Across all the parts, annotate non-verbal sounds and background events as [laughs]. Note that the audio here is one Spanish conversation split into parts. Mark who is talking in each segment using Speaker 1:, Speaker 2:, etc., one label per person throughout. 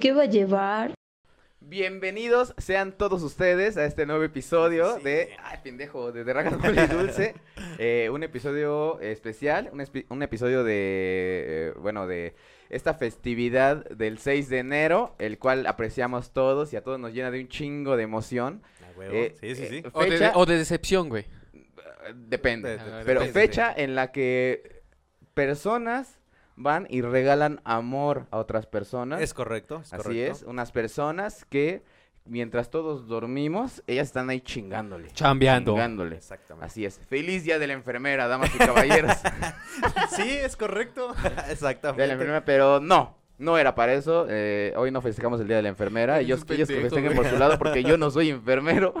Speaker 1: qué va a llevar?
Speaker 2: Bienvenidos sean todos ustedes a este nuevo episodio de... Ay, pendejo, de, de Ragas Mole y Dulce. Eh, un episodio especial, un, espi- un episodio de... eh, bueno, de esta festividad del 6 de enero, el cual apreciamos todos y a todos nos llena de un chingo de emoción.
Speaker 3: A huevo.
Speaker 2: Eh,
Speaker 3: sí, sí, sí.
Speaker 2: eh,
Speaker 4: O de-
Speaker 2: fecha-
Speaker 4: o de decepción, güey.
Speaker 2: Eh, Depende.
Speaker 3: Depende,
Speaker 2: Pero
Speaker 3: depende.
Speaker 2: fecha en la que personas van y regalan amor a otras personas.
Speaker 3: Es correcto, es correcto.
Speaker 2: Así es, unas personas que mientras todos dormimos, ellas están ahí chingándole.
Speaker 4: Chambeando.
Speaker 2: Chingándole.
Speaker 3: Exactamente.
Speaker 2: Así es. Feliz día de la enfermera, damas y
Speaker 4: [laughs]
Speaker 2: caballeros.
Speaker 3: Sí, es
Speaker 2: [laughs]
Speaker 3: correcto.
Speaker 2: Día de la
Speaker 3: Exactamente.
Speaker 2: enfermera, pero no. No era para eso. eh, hoy no festejamos el Día de la Enfermera.
Speaker 4: Eres
Speaker 2: Ellos,
Speaker 4: un
Speaker 2: ellos que
Speaker 4: pendejo,
Speaker 2: festejen
Speaker 4: güey.
Speaker 2: por su lado porque yo no soy
Speaker 4: [laughs]
Speaker 2: enfermero.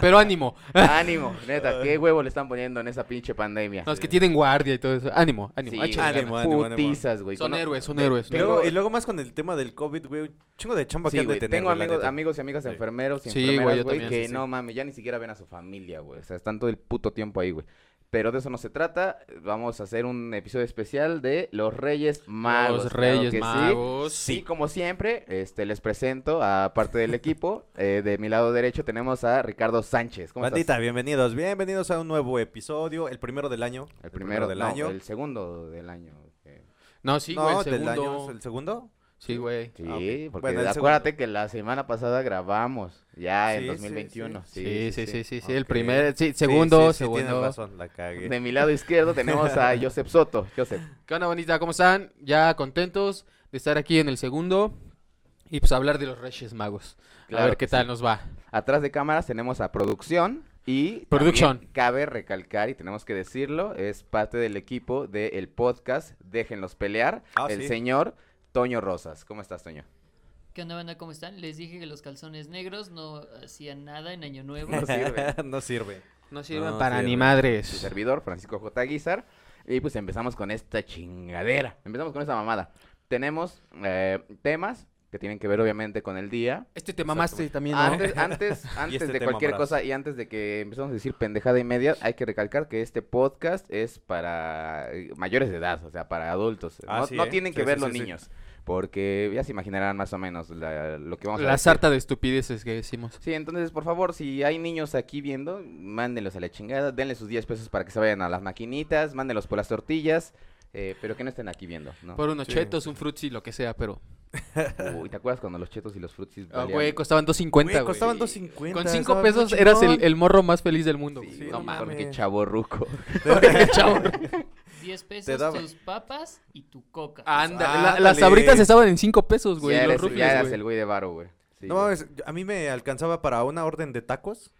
Speaker 4: Pero ánimo.
Speaker 2: Ánimo, neta. ¿Qué huevo le están poniendo en esa pinche pandemia?
Speaker 4: No, es que tienen guardia y todo eso. Ánimo, ánimo.
Speaker 2: Sí,
Speaker 4: échale
Speaker 3: ánimo,
Speaker 4: ganas.
Speaker 3: ánimo, ánimo.
Speaker 2: Putizas, güey.
Speaker 4: Son
Speaker 2: Cono-
Speaker 4: héroes, son
Speaker 2: de-
Speaker 4: héroes.
Speaker 3: Y
Speaker 2: pero-
Speaker 3: luego, y luego más con el tema del COVID, güey. un Chingo de chamba
Speaker 2: Sí,
Speaker 3: que han de
Speaker 2: güey,
Speaker 3: tener,
Speaker 2: tengo
Speaker 3: güey, la
Speaker 2: amigos,
Speaker 3: neta.
Speaker 2: amigos y amigas
Speaker 3: Sí.
Speaker 2: enfermeros y
Speaker 4: Sí, güey,
Speaker 2: enfermeras,
Speaker 4: yo
Speaker 2: güey,
Speaker 4: también,
Speaker 2: que
Speaker 4: sí, sí.
Speaker 2: no mames, ya ni siquiera ven a su familia, güey. O sea, están todo el puto tiempo ahí, güey. Pero de eso no se trata. Vamos a hacer un episodio especial de los Reyes Magos.
Speaker 4: Los
Speaker 2: claro
Speaker 4: Reyes
Speaker 2: que sí.
Speaker 4: Magos.
Speaker 2: Sí, como siempre, este, les presento a parte del equipo. [laughs] Eh, de mi lado derecho tenemos a Ricardo Sánchez. ¿Cómo
Speaker 3: Bandita, bienvenidos, bienvenidos a un nuevo episodio, el primero del año.
Speaker 2: estás? El primero
Speaker 3: del
Speaker 2: no,
Speaker 3: año.
Speaker 2: El segundo del año. eh.
Speaker 4: No, sí, güey,
Speaker 3: no,
Speaker 4: el
Speaker 3: del año,
Speaker 4: segundo.
Speaker 3: ¿el segundo?
Speaker 4: Sí, güey.
Speaker 2: Sí,
Speaker 3: Ah, ok.
Speaker 2: porque
Speaker 3: Bueno, el
Speaker 2: acuérdate que la semana pasada grabamos, ya
Speaker 3: Sí,
Speaker 2: en
Speaker 3: sí,
Speaker 2: 2021. Sí,
Speaker 4: Sí, sí, sí, sí, sí,
Speaker 3: Ok.
Speaker 4: el primer, sí,
Speaker 3: Sí,
Speaker 4: segundo,
Speaker 3: sí, sí, tienes
Speaker 4: segundo.
Speaker 3: razón, la cagué.
Speaker 2: De mi lado
Speaker 4: [laughs]
Speaker 2: izquierdo tenemos a Joseph Soto. Joseph.
Speaker 4: ¿Qué onda, bonita? ¿Cómo están? Ya contentos de estar aquí en el segundo y pues hablar de los Reyes Magos.
Speaker 2: Claro
Speaker 4: a ver qué
Speaker 2: que
Speaker 4: tal
Speaker 2: sí.
Speaker 4: nos va.
Speaker 2: Atrás de cámaras tenemos a producción y también
Speaker 4: Producción.
Speaker 2: cabe recalcar y tenemos que decirlo, es parte del equipo del podcast Déjenlos pelear,
Speaker 3: Ah,
Speaker 2: el
Speaker 3: sí.
Speaker 2: señor Toño Rosas. ¿Cómo estás, Toño?
Speaker 5: ¿Qué onda, banda? ¿Cómo están? Les dije que los calzones negros no hacían nada en Año
Speaker 3: [laughs]
Speaker 5: Nuevo.
Speaker 2: No sirve.
Speaker 3: no sirve.
Speaker 4: No sirven
Speaker 3: No
Speaker 4: para ni
Speaker 3: sirven.
Speaker 2: Su
Speaker 4: madres.
Speaker 2: servidor, Francisco J. Guizar. Y pues empezamos con esta chingadera. Empezamos con esta mamada. Tenemos eh, temas que tienen que ver obviamente con el día.
Speaker 4: Este te mamaste también,
Speaker 3: [laughs]
Speaker 4: ¿no?
Speaker 2: Antes, antes, antes
Speaker 3: este
Speaker 2: de
Speaker 3: tema,
Speaker 2: cualquier
Speaker 3: Brás.
Speaker 2: cosa y antes de que empezamos a decir pendejada y media, hay que recalcar que este podcast es para eh, mayores de edad, o sea, para adultos.
Speaker 3: Ah,
Speaker 2: no
Speaker 3: sí,
Speaker 2: no
Speaker 3: ¿eh?
Speaker 2: tienen
Speaker 3: Sí,
Speaker 2: que ver
Speaker 3: sí,
Speaker 2: los
Speaker 3: sí, sí.
Speaker 2: niños, porque ya se imaginarán más o menos la- lo que vamos a
Speaker 4: La
Speaker 2: decir.
Speaker 4: sarta de estupideces que decimos.
Speaker 2: Sí, entonces, por favor, si hay niños aquí viendo, mándenlos a la chingada, denle sus 10 pesos para que se vayan a las maquinitas, mándenlos por las tortillas, eh, pero que no estén aquí viendo, ¿no?
Speaker 4: Por unos
Speaker 3: Sí.
Speaker 4: chetos, un frutzi, lo que sea, pero...
Speaker 2: Uy, ¿te acuerdas cuando los chetos y los frutis
Speaker 4: Ah,
Speaker 2: valían?
Speaker 4: güey, costaban 2.50,
Speaker 3: Güey,
Speaker 4: güey.
Speaker 3: costaban
Speaker 4: Sí.
Speaker 3: 2.50,
Speaker 4: Con
Speaker 3: estaba
Speaker 4: 5
Speaker 3: muy
Speaker 4: pesos eras el,
Speaker 3: chingón.
Speaker 4: el morro más feliz del mundo.
Speaker 2: Sí,
Speaker 4: güey.
Speaker 3: Sí,
Speaker 4: no
Speaker 3: no
Speaker 4: mames.
Speaker 2: Qué
Speaker 3: mames.
Speaker 2: chavo ruco.
Speaker 5: 10 pesos,
Speaker 3: Te daba-
Speaker 5: tus papas y tu coca. Pues,
Speaker 4: Anda,
Speaker 3: Ah,
Speaker 4: la- las
Speaker 3: ándale.
Speaker 4: sabritas estaban en 5 pesos, güey.
Speaker 2: ya
Speaker 4: los
Speaker 2: eres,
Speaker 4: rufles,
Speaker 2: ya eras
Speaker 4: güey.
Speaker 2: el pues, güey de varo, güey. Sí,
Speaker 3: No
Speaker 2: güey.
Speaker 3: mames, yo- a mí me alcanzaba para una orden de tacos,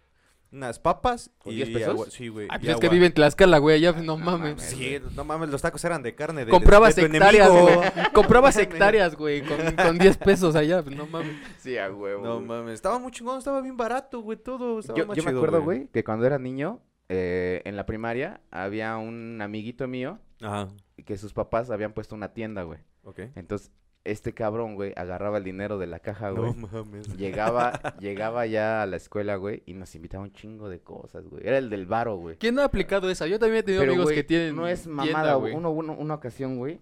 Speaker 3: unas papas
Speaker 2: ¿Con
Speaker 3: y
Speaker 2: 10 pesos?
Speaker 3: agua- Sí, güey.
Speaker 4: Ay,
Speaker 3: y
Speaker 4: pues es que
Speaker 3: agua.
Speaker 4: vive en Tlaxcala, güey. Ya, no
Speaker 2: no
Speaker 4: mames.
Speaker 2: Ah, mames.
Speaker 3: Sí, no mames, los tacos eran de carne de
Speaker 4: Comprabas
Speaker 3: de tu
Speaker 4: hectáreas,
Speaker 3: enemigo.
Speaker 4: güey. Comprabas hectáreas, güey, con, con 10 pesos allá, pues, no mames.
Speaker 2: Sí, a huevo.
Speaker 3: [laughs] No
Speaker 2: güey.
Speaker 3: mames, estaba muy chingón, estaba bien barato, güey, todo. Estaba
Speaker 2: Yo,
Speaker 3: más
Speaker 2: yo me
Speaker 3: chido,
Speaker 2: acuerdo, güey, que cuando era niño, eh, en la primaria, había un amiguito mío
Speaker 3: Ajá,
Speaker 2: que sus papás habían puesto una tienda, güey.
Speaker 3: ok.
Speaker 2: Entonces, este cabrón, güey, agarraba el dinero de la caja,
Speaker 3: No
Speaker 2: Ah, güey.
Speaker 3: mames. [laughs]
Speaker 2: Llegaba, llegaba ya a la escuela, güey, y nos invitaba un chingo de cosas, güey. Era el del varo, güey.
Speaker 4: ¿Quién no ha aplicado esa? Yo también he tenido amigos
Speaker 2: güey,
Speaker 4: que tienen
Speaker 2: no es
Speaker 4: tienda,
Speaker 2: mamada, güey. Uno, uno- una ocasión, güey,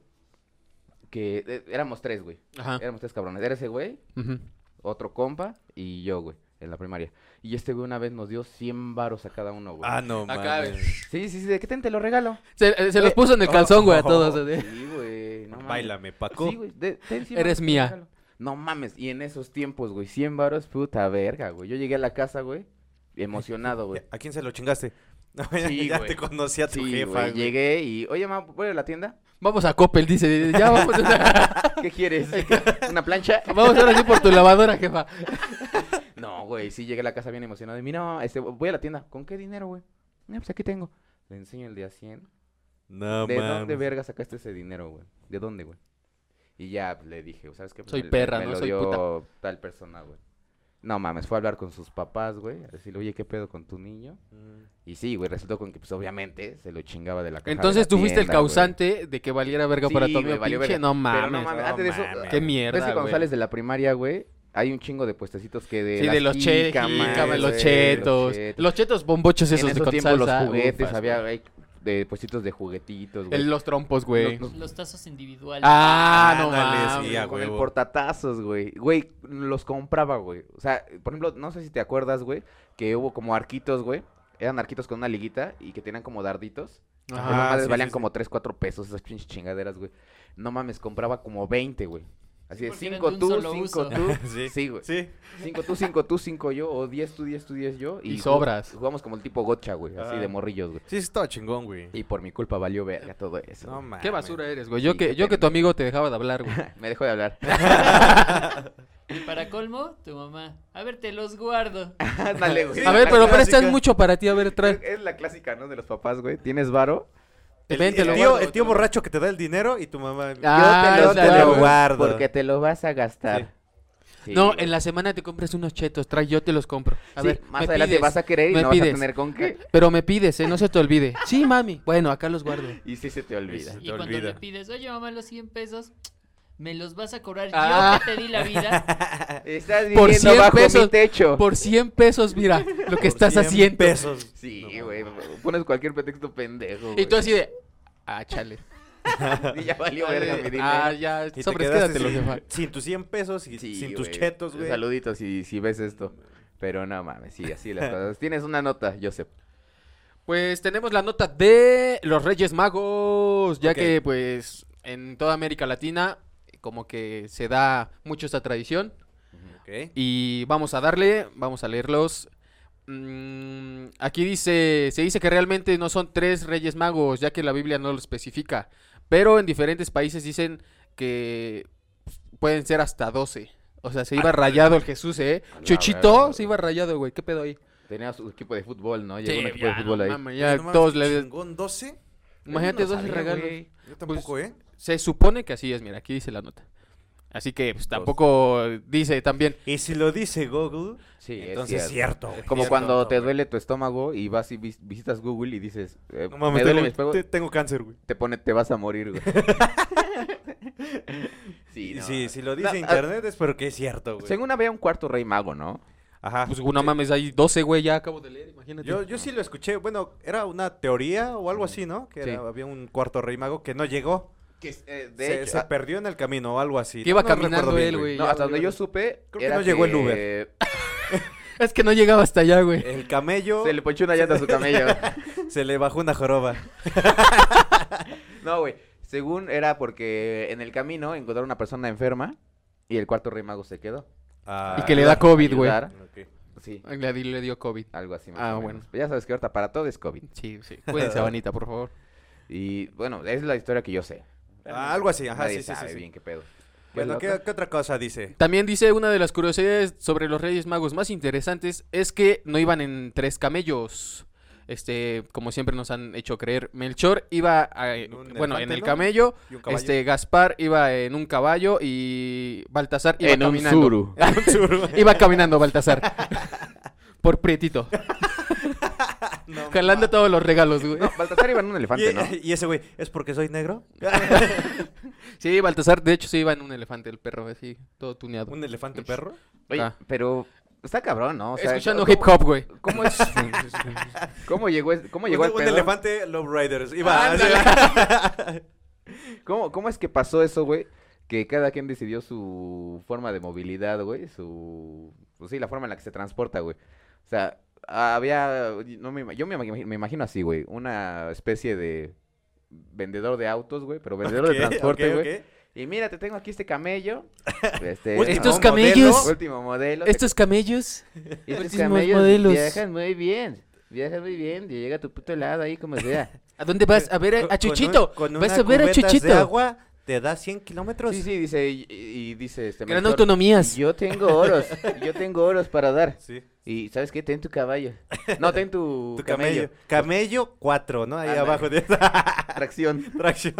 Speaker 2: que eh, éramos tres, güey.
Speaker 4: Ajá.
Speaker 2: Éramos tres cabrones. Era ese güey,
Speaker 4: Ujú.
Speaker 2: otro compa y yo, güey, en la primaria. Y este güey una vez nos dio 100 varos a cada uno, güey.
Speaker 3: Ah, no
Speaker 4: Acá,
Speaker 3: mames.
Speaker 2: Sí, sí, sí, ¿de qué ten te lo regalo?
Speaker 4: Se, eh, se los puso
Speaker 2: Oh.
Speaker 4: en el calzón, güey, a todos. así.
Speaker 2: Sí, güey. No mames.
Speaker 3: Báilame, Paco.
Speaker 2: Sí, güey. de- ten 100 varos,
Speaker 4: Eres
Speaker 2: te lo
Speaker 4: mía.
Speaker 2: regalo. No mames, y en esos tiempos, güey, 100 varos, puta verga, güey. Yo llegué a la casa, güey, emocionado, güey.
Speaker 3: ¿A quién se lo chingaste? No, ya-
Speaker 2: Sí,
Speaker 3: ya
Speaker 2: güey.
Speaker 3: te conocí [laughs] a tu
Speaker 2: Sí,
Speaker 3: jefa,
Speaker 2: güey,
Speaker 3: güey.
Speaker 2: llegué y, oye, mamá, ¿voy a la tienda?
Speaker 4: Vamos a Coppel, dice. Ya vamos [laughs] a...
Speaker 2: ¿Qué quieres? [laughs] ¿Una plancha?
Speaker 4: [laughs] Vamos ahora sí por tu lavadora, jefa.
Speaker 2: No, güey, sí llegué a la casa bien emocionado. Y mira, mamá, este, voy a la tienda. ¿Con qué dinero, güey? No, pues aquí tengo. Le enseño el de a 100.
Speaker 3: No
Speaker 2: ¿De
Speaker 3: mames.
Speaker 2: dónde verga sacaste ese dinero, güey? ¿De dónde, güey? Y ya pues, le dije, ¿sabes qué? Pues,
Speaker 4: Soy
Speaker 2: me-
Speaker 4: perra,
Speaker 2: me
Speaker 4: no
Speaker 2: lo
Speaker 4: soy
Speaker 2: dio
Speaker 4: puta.
Speaker 2: tal persona, güey. No mames, fue a hablar con sus papás, güey. A decirle, oye, ¿qué pedo con tu niño?
Speaker 3: Mm.
Speaker 2: Y sí, güey, resultó con que, pues, obviamente, se lo chingaba de la caja
Speaker 4: Entonces tú fuiste el causante de que valiera verga para tu amigo. pinche, no mames.
Speaker 2: Pero no mames,
Speaker 3: no
Speaker 2: antes de eso...
Speaker 3: mames.
Speaker 4: Qué
Speaker 2: ¿Ves que
Speaker 4: mierda,
Speaker 2: cuando
Speaker 4: güey.
Speaker 2: sales de la primaria, güey? Hay un chingo de puestecitos que de
Speaker 4: Sí, de
Speaker 2: las
Speaker 4: los che-
Speaker 2: jícamas,
Speaker 4: jícamas,
Speaker 2: güey,
Speaker 4: los
Speaker 2: de
Speaker 4: chetos. Los chetos bombochos
Speaker 2: en
Speaker 4: esos de
Speaker 2: esos
Speaker 4: con
Speaker 2: tiempos
Speaker 4: salsa.
Speaker 2: los juguetes
Speaker 4: ufas,
Speaker 2: había
Speaker 4: güey.
Speaker 2: güey, de puestitos de juguetitos, güey.
Speaker 4: El- los trompos, güey.
Speaker 2: Los-
Speaker 5: Los tazos individuales.
Speaker 4: Ah, no
Speaker 3: Ándale,
Speaker 4: mames.
Speaker 3: sí, a
Speaker 2: con el
Speaker 3: huevo.
Speaker 2: portatazos, güey. Güey, los compraba, güey. O sea, por ejemplo, no sé si te acuerdas, güey, que hubo como arquitos, güey. Eran arquitos con una liguita y que tenían como darditos.
Speaker 4: Ajá,
Speaker 2: Esas madres
Speaker 3: sí,
Speaker 2: valían
Speaker 3: sí, sí.
Speaker 2: como 3, 4 pesos esas pinches chingaderas, güey. No mames, compraba como 20, güey. Así
Speaker 5: Sí,
Speaker 2: de
Speaker 5: porque eran
Speaker 2: 5
Speaker 5: de un
Speaker 2: tú,
Speaker 5: solo
Speaker 2: 5
Speaker 5: uso.
Speaker 2: tú.
Speaker 3: [laughs] Sí.
Speaker 2: Sí, güey.
Speaker 3: Sí.
Speaker 2: 5 tú, 5 tú, 5 yo. O 10 tú, 10 tú, 10 yo.
Speaker 4: Y
Speaker 2: jug-
Speaker 4: sobras.
Speaker 2: Jugamos como el tipo gocha, güey. Así
Speaker 3: Ah.
Speaker 2: de morrillos, güey.
Speaker 3: Sí, estaba chingón, güey.
Speaker 2: Y por mi culpa valió verga todo eso.
Speaker 3: No
Speaker 2: güey.
Speaker 3: mames.
Speaker 4: Qué basura eres, güey. Yo
Speaker 2: Sí,
Speaker 4: que,
Speaker 2: qué
Speaker 4: yo que tu amigo te dejaba de
Speaker 2: [laughs]
Speaker 4: hablar, güey.
Speaker 2: Me dejó de hablar.
Speaker 5: Y para colmo, tu mamá. A ver, te los guardo.
Speaker 2: Ándale, güey.
Speaker 3: Sí,
Speaker 4: A ver, pero
Speaker 3: la
Speaker 4: prestan
Speaker 3: clásica.
Speaker 4: mucho para ti. A ver, trae.
Speaker 2: Es la clásica, ¿no? De los papás, güey. ¿Tienes varo?
Speaker 3: El,
Speaker 4: Ven, te
Speaker 3: el
Speaker 4: lo
Speaker 3: tío,
Speaker 4: guardo,
Speaker 3: el tío borracho que te da el dinero y tu mamá.
Speaker 4: Ah,
Speaker 2: Yo
Speaker 4: es la-
Speaker 3: lo guardo.
Speaker 2: Porque te lo vas a gastar. Sí,
Speaker 4: No,
Speaker 2: güey.
Speaker 4: en la semana te compras unos chetos. Trae, yo te los compro. A
Speaker 2: Sí,
Speaker 4: ver,
Speaker 2: más
Speaker 4: me
Speaker 2: adelante
Speaker 4: pides,
Speaker 2: vas a querer y
Speaker 4: me
Speaker 2: no
Speaker 4: pides.
Speaker 2: vas a tener con qué.
Speaker 4: Pero me pides, ¿eh? No se te olvide. Sí, mami. Bueno, acá los
Speaker 2: [laughs]
Speaker 4: guardo.
Speaker 2: Y sí se te olvida.
Speaker 5: Y
Speaker 3: te
Speaker 5: cuando
Speaker 3: olvida.
Speaker 5: le pides, oye mamá, los 100 pesos, me los vas a cobrar.
Speaker 4: Ah.
Speaker 5: Yo que te di la vida.
Speaker 2: Estás
Speaker 4: Por
Speaker 2: viviendo
Speaker 4: 100
Speaker 2: bajo mi
Speaker 4: pesos.
Speaker 2: techo.
Speaker 4: Por 100 pesos, mira, lo que estás haciendo.
Speaker 3: pesos.
Speaker 2: Sí,
Speaker 3: No,
Speaker 2: güey. Pones cualquier pretexto pendejo.
Speaker 4: Y tú
Speaker 2: güey.
Speaker 4: así de... Ah, chale.
Speaker 2: [laughs] Y ya valió verga mi dinero.
Speaker 4: Ah, ya.
Speaker 3: Y te
Speaker 4: Sobres,
Speaker 3: quedaste
Speaker 4: quédatelo,
Speaker 3: sin,
Speaker 4: jefa.
Speaker 3: sin tus 100 pesos y
Speaker 2: Sí,
Speaker 3: sin tus
Speaker 2: güey.
Speaker 3: chetos, güey.
Speaker 2: Saluditos si, si ves esto. Pero no mames, sí, así las cosas. Tienes una nota, Joseph.
Speaker 4: Pues tenemos la nota de los Reyes Magos, ya
Speaker 3: Ok.
Speaker 4: que pues en toda América Latina como que se da mucho esta tradición
Speaker 3: Ok.
Speaker 4: y vamos a darle, vamos a leerlos. Mm, aquí dice, se dice que realmente no son tres Reyes Magos, ya que la Biblia no lo especifica, pero en diferentes países dicen que pueden ser hasta 12. O sea, se iba rayado el Jesús, ¿eh?
Speaker 2: A la
Speaker 4: Chuchito
Speaker 2: verga.
Speaker 4: se iba rayado, güey. ¿Qué pedo ahí?
Speaker 2: Tenía su equipo de fútbol, ¿no? Llegó un
Speaker 4: Sí,
Speaker 2: equipo de
Speaker 4: ya, no
Speaker 2: fútbol ahí.
Speaker 4: mames, ya
Speaker 3: No mames,
Speaker 4: todos
Speaker 3: qué
Speaker 4: le-
Speaker 3: Chingón 12.
Speaker 4: Imagínate
Speaker 2: Yo no
Speaker 4: dos
Speaker 2: sabía,
Speaker 4: regalos.
Speaker 2: güey.
Speaker 3: Yo tampoco, ¿eh?
Speaker 4: Se supone que así es, mira, aquí dice la nota. Así que pues, tampoco dice también.
Speaker 3: Y si lo dice Google,
Speaker 2: Sí, es
Speaker 3: entonces es
Speaker 2: cierto.
Speaker 3: cierto. güey.
Speaker 2: Como
Speaker 3: Cierto,
Speaker 2: cuando
Speaker 3: no,
Speaker 2: te
Speaker 3: güey.
Speaker 2: duele tu estómago y vas y vis- visitas Google y dices, eh,
Speaker 3: No mames,
Speaker 2: me duele
Speaker 3: tengo-
Speaker 2: mi estómago,
Speaker 3: te-
Speaker 2: te...
Speaker 3: tengo cáncer, güey.
Speaker 2: pone, te vas a morir,
Speaker 3: [laughs]
Speaker 2: güey. sí,
Speaker 3: Y
Speaker 2: no.
Speaker 3: si, si lo dice
Speaker 2: No, ah,
Speaker 3: internet es porque es cierto, güey.
Speaker 2: Según había un cuarto rey mago, ¿no?
Speaker 3: Ajá.
Speaker 4: Pues una mames, hay 12, güey, ya acabo de leer, imagínate.
Speaker 3: Yo, yo sí lo escuché. Bueno, era una teoría o algo así, ¿no? Que
Speaker 2: Sí.
Speaker 3: era- había un cuarto rey mago que no llegó.
Speaker 2: Que, eh, de
Speaker 3: se,
Speaker 2: hecho, ah,
Speaker 3: se perdió en el camino o algo así.
Speaker 4: Que iba
Speaker 3: No
Speaker 4: caminando
Speaker 3: recuerdo bien,
Speaker 4: él, güey.
Speaker 2: no,
Speaker 4: ya
Speaker 2: hasta donde
Speaker 4: valió
Speaker 2: yo
Speaker 4: verga.
Speaker 2: supe,
Speaker 3: Creo que
Speaker 2: era
Speaker 3: no llegó el Uber.
Speaker 2: eh,
Speaker 4: Es que no llegaba hasta allá, güey.
Speaker 3: El camello
Speaker 2: [laughs] Se le ponchó una llanta a su
Speaker 3: [laughs]
Speaker 2: camello.
Speaker 3: se le bajó una joroba.
Speaker 2: no, güey. Según era porque en el camino encontraron una persona enferma y el cuarto rey mago se quedó.
Speaker 3: Ah,
Speaker 4: [laughs] Y que le da COVID, güey.
Speaker 2: ayudar.
Speaker 3: ok.
Speaker 2: Sí,
Speaker 4: Le, di- le dio COVID.
Speaker 2: algo así. Más
Speaker 4: Ah,
Speaker 2: o
Speaker 4: bueno.
Speaker 2: menos. Ya sabes que ahorita para todo es COVID.
Speaker 4: Sí,
Speaker 3: [laughs]
Speaker 4: sí. Cuídense, Vanita, por favor.
Speaker 2: Y bueno, es la historia que yo sé.
Speaker 3: Ah, algo así, ajá,
Speaker 2: Nadie
Speaker 3: sí, sí, sí,
Speaker 2: sabe
Speaker 3: sí. Pues
Speaker 2: bien qué pedo.
Speaker 3: Bueno,
Speaker 2: ¿Qué es la
Speaker 3: ¿qué, qué otra cosa dice?
Speaker 4: También dice una de las curiosidades sobre los Reyes Magos más interesantes es que no iban en tres camellos. Este, como siempre nos han hecho creer, Melchor iba, a-
Speaker 3: En un
Speaker 4: bueno,
Speaker 3: elefante,
Speaker 4: en el
Speaker 3: ¿no?
Speaker 4: camello,
Speaker 3: ¿Y un caballo? [laughs]
Speaker 4: este, Gaspar iba en un caballo y Baltasar iba
Speaker 2: En un
Speaker 4: caminando.
Speaker 2: suru.
Speaker 4: [laughs] iba caminando
Speaker 2: [laughs]
Speaker 4: Baltasar. Por prietito,
Speaker 3: No,
Speaker 4: jalando todos los regalos, güey.
Speaker 2: No, Baltasar iba en un
Speaker 3: ma-
Speaker 2: elefante,
Speaker 3: [laughs] y, eh,
Speaker 2: ¿no?
Speaker 3: y ese güey, ¿es porque soy negro?
Speaker 4: Sí, Baltasar, de hecho, sí iba en un elefante, el perro, así, todo tuneado.
Speaker 3: ¿Un elefante perro?
Speaker 2: Oye,
Speaker 4: Ah.
Speaker 2: pero está cabrón, ¿no? O sea,
Speaker 4: Escuchando
Speaker 2: ¿cómo-
Speaker 4: hip hop, güey.
Speaker 2: ¿Cómo, es, cómo llegó, es- cómo llegó
Speaker 3: [laughs] un,
Speaker 2: el
Speaker 3: un
Speaker 2: pedo?
Speaker 3: elefante Love Riders. Iba
Speaker 4: Ah, Ándale. [laughs]
Speaker 2: ¿Cómo, ¿Cómo es que pasó eso, güey? Que cada quien decidió su forma de movilidad, güey. Su. Pues sí, la forma en la que se transporta, güey. O sea, había. No me, ima- yo me, imagi- me imagino así, güey. Una especie de vendedor de autos, güey. Pero vendedor de transporte, güey. Y mira, te tengo aquí este
Speaker 4: [laughs]
Speaker 2: camello. Este,
Speaker 3: Último
Speaker 4: Estos
Speaker 3: modelo.
Speaker 4: camellos.
Speaker 2: Último modelo.
Speaker 4: [laughs] Estos camellos.
Speaker 2: Y estos
Speaker 4: últimos
Speaker 2: camellos
Speaker 4: modelos.
Speaker 2: viajan muy bien. Viajan muy bien. Y llega a tu puto lado ahí como
Speaker 4: [laughs]
Speaker 2: sea.
Speaker 4: ¿A dónde vas? A ver a, a Chuchito.
Speaker 3: Con,
Speaker 4: vas a ver a
Speaker 3: de
Speaker 4: Chuchito.
Speaker 3: agua te da 100 kilómetros.
Speaker 2: sí, sí, dice. Y, y dice este.
Speaker 4: Gran
Speaker 2: Melchor,
Speaker 4: autonomías.
Speaker 2: Yo tengo
Speaker 4: [laughs]
Speaker 2: oros. Yo tengo oros para dar.
Speaker 3: Sí.
Speaker 2: Y ¿sabes qué? Ten tu caballo. No, ten
Speaker 4: [laughs] Uh,
Speaker 2: tu,
Speaker 3: Tu
Speaker 2: camello.
Speaker 3: camello. Camello 4, ¿no? Ahí
Speaker 2: Ándale.
Speaker 3: abajo de [laughs]
Speaker 2: [laughs] Tracción.
Speaker 3: tracción.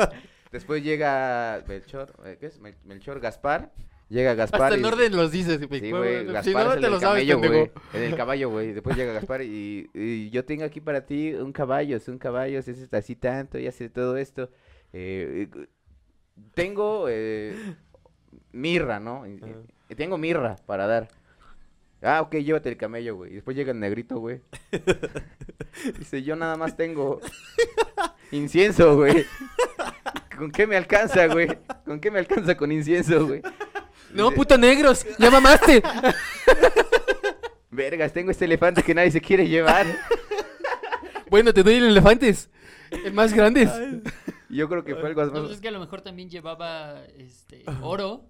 Speaker 2: Después llega Melchor. eh, ¿Qué es? Mel- Melchor Gaspar. Llega Gaspar.
Speaker 4: Hasta
Speaker 2: y-
Speaker 4: en orden los dices, güey.
Speaker 2: Sí, güey,
Speaker 4: Bueno, Si
Speaker 2: Gaspar
Speaker 4: no,
Speaker 2: es el
Speaker 4: te
Speaker 2: del
Speaker 4: lo sabes,
Speaker 2: camello,
Speaker 4: pendejo.
Speaker 2: güey. En el caballo, güey. Después llega Gaspar y, y yo tengo aquí para ti un caballo, es un caballo, es este- así tanto y hace todo esto. Eh, eh, tengo eh, mirra, ¿no? Y-
Speaker 3: Ajá.
Speaker 4: Ah.
Speaker 2: y tengo mirra para dar. Ah, ok, llévate el camello, güey. Y después llega el negrito,
Speaker 4: [laughs]
Speaker 2: güey. Dice, yo nada más tengo incienso, güey. [laughs] ¿Con qué me alcanza, güey? ¿Con qué me alcanza con incienso, güey?
Speaker 4: No,
Speaker 2: Dice,
Speaker 4: puto negros, ya mamaste.
Speaker 2: Vergas, tengo este elefante que nadie se quiere llevar.
Speaker 4: bueno, te doy el elefantes. El más grande. es.
Speaker 2: Yo creo que fue algo
Speaker 5: No, pues
Speaker 2: más...
Speaker 5: es que a lo mejor también llevaba este oro,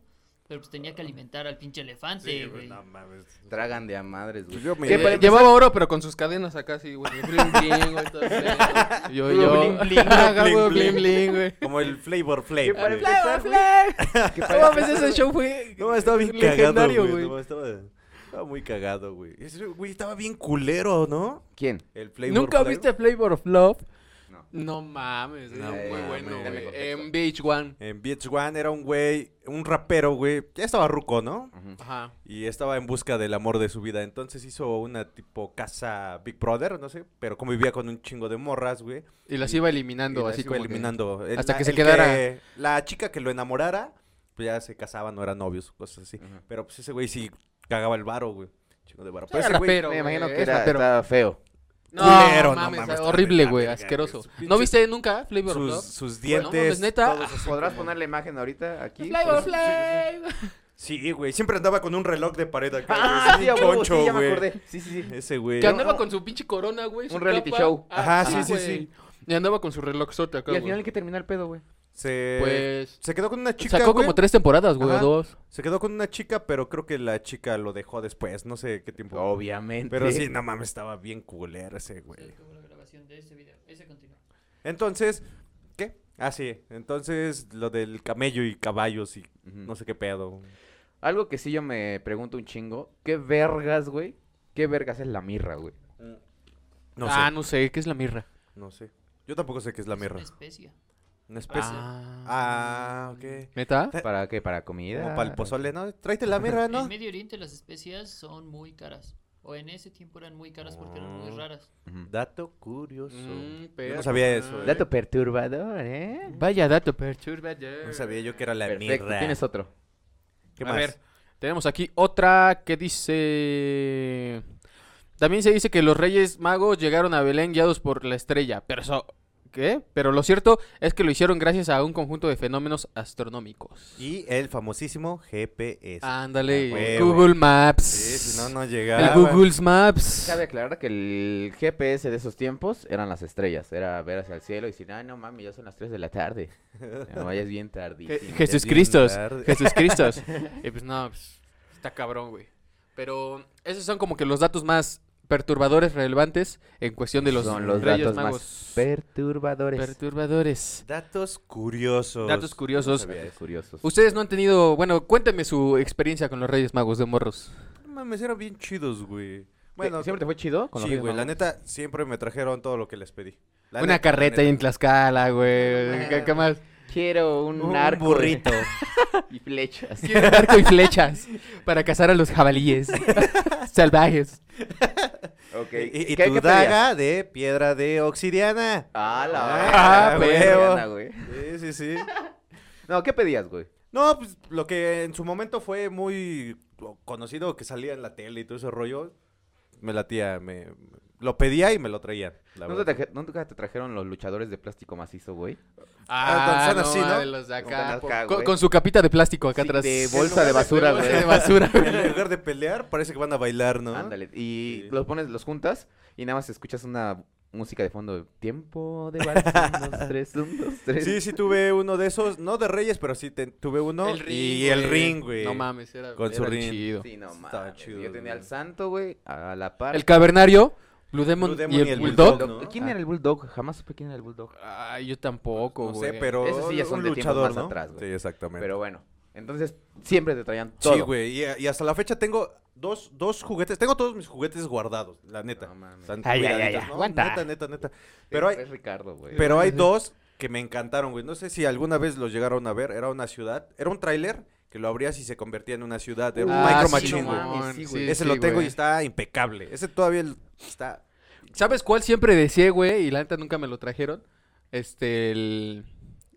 Speaker 5: pero pues tenía que alimentar al pinche elefante, güey.
Speaker 3: pues, no mames.
Speaker 2: Tragan de a madres, güey.
Speaker 3: Pues Yo me-
Speaker 2: Que para
Speaker 4: Eh, llevaba oro, pero con sus cadenas acá, sí, güey. Bling, bling, güey, todo el pedo. Yo,
Speaker 2: Puro
Speaker 4: yo.
Speaker 2: bling, bling,
Speaker 4: Ah,
Speaker 3: puro
Speaker 4: güey,
Speaker 3: bling,
Speaker 4: bling, bling,
Speaker 3: [laughs]
Speaker 4: güey.
Speaker 3: Como el Flavor Flav.
Speaker 2: Que para
Speaker 3: güey.
Speaker 2: empezar, güey, que para
Speaker 4: No mames,
Speaker 2: empezar,
Speaker 4: ese show fue
Speaker 3: No, estaba bien cagado,
Speaker 4: legendario,
Speaker 3: güey. No, estaba, estaba muy cagado, güey. Ese güey estaba bien culero, ¿no?
Speaker 2: ¿Quién?
Speaker 3: El Flavor
Speaker 4: ¿Nunca
Speaker 3: Flav.
Speaker 4: viste Flavor of Love?
Speaker 2: No.
Speaker 4: No mames,
Speaker 3: No
Speaker 4: es muy
Speaker 3: mames.
Speaker 4: bueno,
Speaker 3: Dame
Speaker 4: güey.
Speaker 2: contexto.
Speaker 4: En Beach One.
Speaker 3: En VH1 era un güey, un rapero, güey. Ya estaba ruco, ¿no?
Speaker 2: Ujú.
Speaker 4: Ajá.
Speaker 3: Y estaba en busca del amor de su vida. Entonces hizo una tipo casa Big Brother, no sé. Pero como vivía con un chingo de morras, güey.
Speaker 4: Y las iba eliminando,
Speaker 3: y las
Speaker 4: así
Speaker 3: iba
Speaker 4: como que-
Speaker 3: eliminando. El-
Speaker 4: hasta que se
Speaker 3: el
Speaker 4: quedara.
Speaker 3: la chica que lo enamorara, pues ya se casaban, no eran novios, cosas así.
Speaker 2: Ujú.
Speaker 3: Pero pues ese güey sí cagaba el varo, güey. Chingo de varo.
Speaker 4: Era
Speaker 3: Pero ese güey-
Speaker 4: rapero,
Speaker 2: Pues Me
Speaker 4: güey,
Speaker 2: imagino que
Speaker 4: es
Speaker 2: era,
Speaker 4: rapero.
Speaker 2: estaba feo.
Speaker 4: No,
Speaker 3: culero, no
Speaker 4: mames,
Speaker 3: mames,
Speaker 4: horrible,
Speaker 3: está de
Speaker 4: güey,
Speaker 3: la verga,
Speaker 4: asqueroso.
Speaker 3: güey.
Speaker 4: ¿No viste nunca Flavor of
Speaker 3: sus,
Speaker 4: Love?
Speaker 3: sus
Speaker 4: Bueno, no
Speaker 3: dientes.
Speaker 4: mames, neta.
Speaker 2: Ah.
Speaker 3: todos así
Speaker 2: ¿Podrás
Speaker 3: como-
Speaker 2: poner la imagen ahorita aquí? Pues,
Speaker 4: Flavor of Love.
Speaker 3: Sí, güey. Siempre andaba con un reloj de pared acá.
Speaker 2: Ah, sí,
Speaker 3: güey,
Speaker 2: a
Speaker 3: bien
Speaker 2: huevo,
Speaker 3: choncho,
Speaker 2: sí, ya me
Speaker 3: güey.
Speaker 2: acordé. Sí, sí, sí.
Speaker 3: Ese güey.
Speaker 4: Que
Speaker 2: no,
Speaker 4: andaba
Speaker 2: no.
Speaker 4: con su pinche corona, güey. su
Speaker 2: Un reality
Speaker 4: capa.
Speaker 2: show.
Speaker 4: Ah,
Speaker 3: Ajá, sí, sí,
Speaker 4: güey.
Speaker 3: sí.
Speaker 4: Y andaba con su relojzote acá,
Speaker 2: Y al
Speaker 4: güey.
Speaker 2: final que terminó el pedo, güey.
Speaker 3: Se,
Speaker 4: Pues,
Speaker 3: se quedó con una Eh, chica.
Speaker 4: Sacó
Speaker 3: güey.
Speaker 4: como tres temporadas, güey, o
Speaker 3: Ajá.
Speaker 4: dos.
Speaker 3: Se quedó con una chica, pero creo que la chica lo dejó después. No sé qué tiempo.
Speaker 2: Obviamente.
Speaker 3: Pero sí, no mames, estaba bien culero ese
Speaker 5: Sí,
Speaker 3: güey.
Speaker 5: estuvo la grabación de ese video. Ese continúa.
Speaker 3: Entonces, ¿qué? Ah, sí. Entonces, lo del camello y caballos y
Speaker 2: Ujú.
Speaker 3: no sé qué pedo.
Speaker 2: Algo que sí yo me pregunto un chingo. ¿Qué vergas, güey? ¿Qué vergas es la mirra, güey?
Speaker 3: No
Speaker 4: ah,
Speaker 3: sé.
Speaker 4: no sé, ¿qué es la mirra?
Speaker 3: No sé. Yo tampoco sé qué es la
Speaker 5: Es una
Speaker 3: mirra.
Speaker 5: especia.
Speaker 3: Una especie. Pues, Ah, ok.
Speaker 4: ¿Neta?
Speaker 2: ¿Para qué? ¿Para comida.
Speaker 3: Como para el pozole, ¿no? Tráete
Speaker 2: [laughs]
Speaker 3: la mirra,
Speaker 5: En
Speaker 3: ¿no?
Speaker 5: Medio Oriente las especias son muy caras. O en ese tiempo eran muy caras porque eran muy
Speaker 3: Ah.
Speaker 5: raras.
Speaker 2: Ujú.
Speaker 3: Dato curioso.
Speaker 4: Mm,
Speaker 3: Yo
Speaker 4: perro.
Speaker 3: no sabía eso.
Speaker 2: Dato perturbador, ¿eh?
Speaker 4: Vaya dato perturbador.
Speaker 3: No sabía yo que era la
Speaker 2: Perfecto,
Speaker 3: mirra.
Speaker 2: tienes otro.
Speaker 3: ¿Qué
Speaker 4: a
Speaker 3: más?
Speaker 4: ver, tenemos aquí otra que dice... También se dice que los reyes magos llegaron a Belén guiados por la estrella, pero eso... ¿Qué? Pero lo cierto es que lo hicieron gracias a un conjunto de fenómenos astronómicos.
Speaker 3: Y el famosísimo GPS. Ah,
Speaker 4: Ándale,
Speaker 3: huevo.
Speaker 4: Google Maps.
Speaker 3: Sí, si no, no
Speaker 4: El
Speaker 3: llegaba.
Speaker 4: Google Maps.
Speaker 2: Cabe aclarar que el GPS de esos tiempos eran las estrellas. Era ver hacia el cielo y decir, ay, no mami, ya son las 3 de la
Speaker 3: [laughs]
Speaker 2: tarde. No vayas bien
Speaker 4: Je-
Speaker 2: tardísimo.
Speaker 4: Jesús
Speaker 3: es bien
Speaker 4: Cristo.
Speaker 3: tarde.
Speaker 4: Jesús Cristo.
Speaker 3: [laughs]
Speaker 4: y pues no, pues, está cabrón, güey. Pero esos son como que los datos más perturbadores relevantes en cuestión de los,
Speaker 2: Son los
Speaker 4: Reyes
Speaker 2: datos
Speaker 4: Magos.
Speaker 2: más perturbadores.
Speaker 4: perturbadores.
Speaker 3: Datos curiosos.
Speaker 4: Datos curiosos.
Speaker 3: sabía
Speaker 2: Datos curiosos.
Speaker 4: Ustedes no han tenido, bueno, cuéntenme su experiencia con los Reyes Magos de Morros.
Speaker 3: No Mames, eran bien chidos, güey.
Speaker 2: Bueno, ¿siempre te fue chido? con los
Speaker 3: Sí,
Speaker 2: Reyes
Speaker 3: güey, la
Speaker 2: Magos?
Speaker 3: neta, siempre me trajeron todo lo que les pedí. La
Speaker 4: Una
Speaker 3: neta,
Speaker 4: carreta
Speaker 3: la
Speaker 4: ahí en
Speaker 3: neta.
Speaker 4: Tlaxcala, güey.
Speaker 2: Bueno.
Speaker 4: ¿Qué,
Speaker 3: [laughs]
Speaker 4: qué más?
Speaker 2: Quiero un,
Speaker 3: Un
Speaker 2: arco
Speaker 3: burrito.
Speaker 2: [laughs] y flechas.
Speaker 3: [laughs]
Speaker 4: Quiero un arco y flechas para cazar a los jabalíes salvajes.
Speaker 2: Ok.
Speaker 3: Y, y
Speaker 2: ¿Qué-
Speaker 3: tu
Speaker 2: qué pedías?
Speaker 3: daga de piedra de obsidiana.
Speaker 2: Ah, la
Speaker 3: Ah,
Speaker 2: verga,
Speaker 3: huevo.
Speaker 2: Diana, güey.
Speaker 3: Sí,
Speaker 2: [laughs]
Speaker 3: sí, sí.
Speaker 2: No, ¿qué pedías, güey?
Speaker 3: No, pues lo que en su momento fue muy conocido que salía en la tele y todo ese rollo, me latía, me lo pedía y me lo traían. la
Speaker 2: ¿Nunca
Speaker 3: verdad.
Speaker 2: te, traje- nunca te trajeron los luchadores de plástico macizo, güey?
Speaker 3: Ah, son así, ¿no?
Speaker 4: de los de
Speaker 2: Con
Speaker 4: acá,
Speaker 2: acá,
Speaker 4: con,
Speaker 2: güey.
Speaker 4: con su capita de plástico acá
Speaker 2: Sí,
Speaker 4: atrás.
Speaker 2: de
Speaker 4: Sí,
Speaker 2: bolsa de
Speaker 4: no,
Speaker 2: basura,
Speaker 4: bolsa
Speaker 2: güey.
Speaker 4: de basura.
Speaker 3: [laughs] En lugar de pelear, parece que van a bailar, ¿no?
Speaker 2: Ándale. Y
Speaker 3: Sí.
Speaker 2: los pones, los juntas y nada más escuchas una música de fondo. Tiempo de vals, un, dos, tres, un, dos, tres.
Speaker 3: Sí, sí tuve uno de esos, no de Reyes, pero sí te- tuve uno y el ring, güey.
Speaker 4: No mames, era,
Speaker 3: Con su
Speaker 4: era
Speaker 3: ring.
Speaker 4: chido.
Speaker 2: Sí, no
Speaker 3: Estaba
Speaker 2: mames.
Speaker 3: chido,
Speaker 2: Yo tenía al
Speaker 3: güey.
Speaker 2: santo, güey, a la par.
Speaker 4: El cavernario, Blue Demon,
Speaker 3: Blue Demon
Speaker 4: y el, Bulldog.
Speaker 3: ¿no?
Speaker 2: ¿Quién
Speaker 4: Ah.
Speaker 2: era el bulldog? Jamás supe quién era el bulldog.
Speaker 4: Ay, yo tampoco,
Speaker 3: No
Speaker 4: güey.
Speaker 3: sé, pero
Speaker 2: Esos sí ya son
Speaker 3: un
Speaker 2: de tiempos
Speaker 3: luchador,
Speaker 2: más
Speaker 3: ¿no?
Speaker 2: atrás, güey.
Speaker 3: Sí, exactamente.
Speaker 2: Pero bueno, entonces siempre te traían todo.
Speaker 3: Sí, güey, y, y hasta la fecha tengo dos, dos juguetes, tengo todos mis juguetes guardados, la neta.
Speaker 2: No mames.
Speaker 3: Están
Speaker 4: Ay, ay, ay,
Speaker 3: cuidaditos,
Speaker 4: ay,
Speaker 3: ¿no?
Speaker 4: aguanta.
Speaker 3: Neta, neta, neta. Pero
Speaker 2: Pero
Speaker 3: hay,
Speaker 2: Es Ricardo, güey.
Speaker 3: Pero hay
Speaker 4: Ujú.
Speaker 3: dos que me encantaron, güey. No sé si alguna vez los llegaron a ver. Era una ciudad, era un tráiler que lo abrías y se convertía en una ciudad. Era un
Speaker 4: Ah,
Speaker 3: micro
Speaker 4: sí,
Speaker 3: machine,
Speaker 4: no
Speaker 3: güey.
Speaker 4: mames,
Speaker 2: güey.
Speaker 4: sí,
Speaker 2: güey.
Speaker 3: Ese
Speaker 4: sí,
Speaker 3: lo tengo
Speaker 4: güey.
Speaker 3: y está impecable. Ese todavía el- está.
Speaker 4: ¿Sabes cuál siempre decía, güey? Y la neta nunca me lo trajeron. Este, el...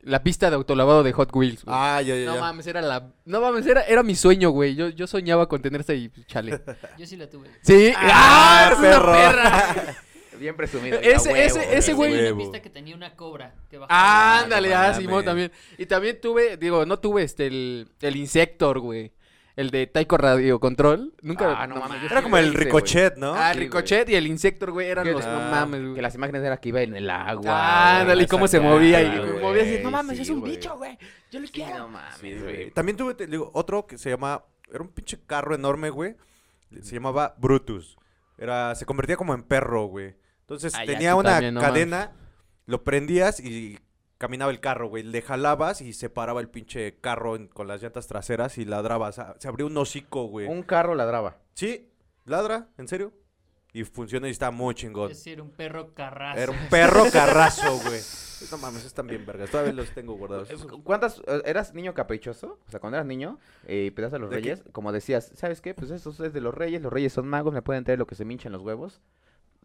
Speaker 4: La pista de autolavado de Hot Wheels. güey.
Speaker 3: Ah, ya, ya,
Speaker 4: no
Speaker 3: ya.
Speaker 4: mames, era la. No mames, era, era mi sueño, güey. Yo, yo soñaba con tenerse ahí,
Speaker 3: [laughs]
Speaker 4: pues, chale.
Speaker 5: Yo sí la tuve.
Speaker 4: Sí.
Speaker 3: Ah,
Speaker 4: ¡Ah, eres una
Speaker 3: perro.
Speaker 4: perra!
Speaker 2: Bien presumido.
Speaker 4: Ese-
Speaker 2: a huevo,
Speaker 4: ese- ese
Speaker 2: a
Speaker 4: güey-
Speaker 5: Tenía
Speaker 3: huevo.
Speaker 5: una pista que tenía una cobra que bajaba.
Speaker 4: Ah, [laughs] Ándale, ah,
Speaker 3: mames.
Speaker 4: Simón también. Y también tuve, digo, no tuve este, el, el Insector, güey. El de Taiko Radio Control. Nunca.
Speaker 2: Ah, no mames,
Speaker 4: yo
Speaker 2: yo
Speaker 4: sí-
Speaker 3: Era como el
Speaker 2: Sí, güey.
Speaker 3: ricochet, ¿no?
Speaker 4: Ah,
Speaker 2: sí, güey.
Speaker 4: Ricochet y el Insector, güey, eran
Speaker 2: Que-
Speaker 4: los no
Speaker 3: ah,
Speaker 4: mames,
Speaker 2: Que
Speaker 4: güey.
Speaker 2: las imágenes eran que iba en el agua.
Speaker 4: Ah, ándale, y
Speaker 2: la
Speaker 4: cómo se
Speaker 2: sacaba,
Speaker 4: movía. Y
Speaker 2: güey.
Speaker 4: movía así, no mames,
Speaker 2: Sí,
Speaker 4: es un
Speaker 2: güey.
Speaker 4: bicho, güey. Yo le
Speaker 2: Sí,
Speaker 4: quiero.
Speaker 2: no mames, güey.
Speaker 3: También tuve, te digo, otro que se llama. Era un pinche carro enorme, güey. Se llamaba Brutus. Era, se convertía como en perro, güey. Entonces
Speaker 2: Ah,
Speaker 4: Ay,
Speaker 3: tenía
Speaker 4: aquí
Speaker 3: una
Speaker 4: también, no
Speaker 3: cadena, lo prendías y caminaba el carro, güey. Le jalabas y se paraba el pinche carro en- con las llantas traseras y ladrabas. Ah, Se abrió un hocico, güey.
Speaker 2: Un carro ladraba.
Speaker 3: Sí, ladra, en serio. Y funciona y está muy chingón.
Speaker 5: Ese era un perro carrazo.
Speaker 3: Era un perro carrazo, güey. No mames, están bien vergas. Todavía los
Speaker 2: [laughs]
Speaker 3: tengo guardados.
Speaker 2: ¿Cuántas? eh, ¿Eras niño caprichoso? O sea, cuando eras niño eh, y pedías a los
Speaker 3: ¿De qué?
Speaker 2: reyes, como decías, ¿sabes qué? Pues eso es de los reyes, los reyes son magos, me pueden traer lo que se minchen los huevos.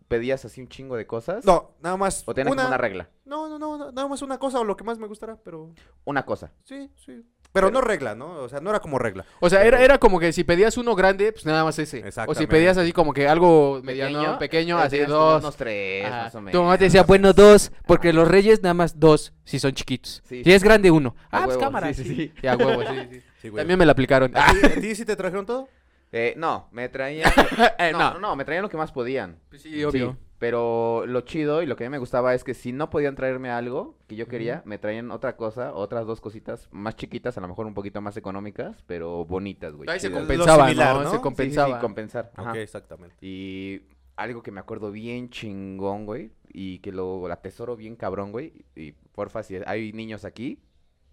Speaker 2: ¿Pedías así un chingo de cosas?
Speaker 3: No, nada más.
Speaker 2: ¿O tenías como una regla?
Speaker 3: No, no, no, no, nada más una cosa o lo que más me gustará, pero
Speaker 2: Una cosa.
Speaker 3: sí, sí. Pero, no regla, ¿no? O sea, no era como regla.
Speaker 4: O sea, era, era como que si pedías uno grande, pues nada más ese. O si
Speaker 3: Exactamente.
Speaker 4: pedías así como que algo mediano, pequeño,
Speaker 2: ya
Speaker 4: así
Speaker 2: eh, tenías como
Speaker 4: dos.
Speaker 2: Unos tres,
Speaker 4: Ajá.
Speaker 2: más o
Speaker 4: Tu mamá
Speaker 2: menos.
Speaker 4: te decía, bueno, dos, porque los reyes nada más dos, si son chiquitos.
Speaker 2: Sí,
Speaker 4: Si
Speaker 2: sí.
Speaker 4: es grande, uno.
Speaker 2: A
Speaker 4: Ah, pues
Speaker 2: huevo,
Speaker 4: cámara.
Speaker 2: sí,
Speaker 4: Sí,
Speaker 2: sí, sí.
Speaker 4: Sí, a huevo, Ah, sí, sí.
Speaker 3: Sí, güey.
Speaker 4: También me la aplicaron.
Speaker 3: ¿A ti- a ti sí te trajeron todo?
Speaker 2: Eh, no, me
Speaker 4: [laughs]
Speaker 2: traían...
Speaker 4: Eh,
Speaker 2: no,
Speaker 4: no.
Speaker 2: no, no, me traían lo que más podían.
Speaker 4: Pues sí, obvio.
Speaker 2: Sí, pero lo chido y lo que a mí me gustaba es que si no podían traerme algo que yo quería, me traían otra cosa, otras dos cositas más chiquitas, a lo mejor un poquito más económicas, pero bonitas, güey.
Speaker 4: Ahí se
Speaker 2: chidas.
Speaker 3: compensa,
Speaker 4: compensaba,
Speaker 3: similar,
Speaker 4: ¿no?
Speaker 2: Sí,
Speaker 3: ¿no? Sí,
Speaker 4: Se
Speaker 2: sí, sí,
Speaker 4: compensaba.
Speaker 2: compensar. ajá.
Speaker 3: Ok, exactamente.
Speaker 2: Y algo que me acuerdo bien chingón, güey, y que lo lo atesoro bien cabrón, güey, y porfa, si hay niños aquí,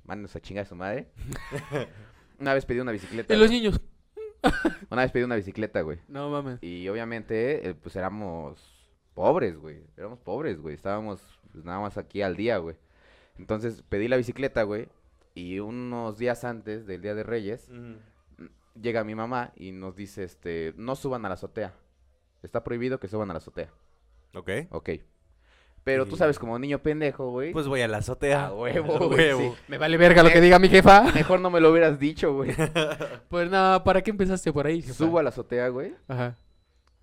Speaker 2: mándenos a chingar a su
Speaker 4: [laughs]
Speaker 2: madre. una vez pedí una bicicleta.
Speaker 4: ¿Y los
Speaker 2: güey.
Speaker 4: niños?
Speaker 2: Una vez pedí una bicicleta, güey.
Speaker 4: No mames.
Speaker 2: Y obviamente, eh, pues éramos pobres, güey. Éramos pobres, güey. Estábamos pues, nada más aquí al día, güey. Entonces pedí la bicicleta, güey. Y unos días antes del Día de Reyes,
Speaker 3: Mm.
Speaker 2: llega mi mamá y nos dice, este, no suban a la azotea. Está prohibido que suban a la azotea.
Speaker 3: Ok.
Speaker 2: Ok. Pero tú
Speaker 3: Y-
Speaker 2: sabes, como niño pendejo, güey.
Speaker 3: Pues [laughs] voy a la azotea.
Speaker 2: a huevo,
Speaker 3: a
Speaker 2: güey,
Speaker 3: huevo.
Speaker 2: sí.
Speaker 4: Me vale verga lo que diga mi jefa.
Speaker 2: Mejor no me lo hubieras dicho, güey.
Speaker 4: Pues nada, ¿para qué empezaste por ahí? jefa?
Speaker 2: Subo a la azotea, güey.
Speaker 4: Ajá.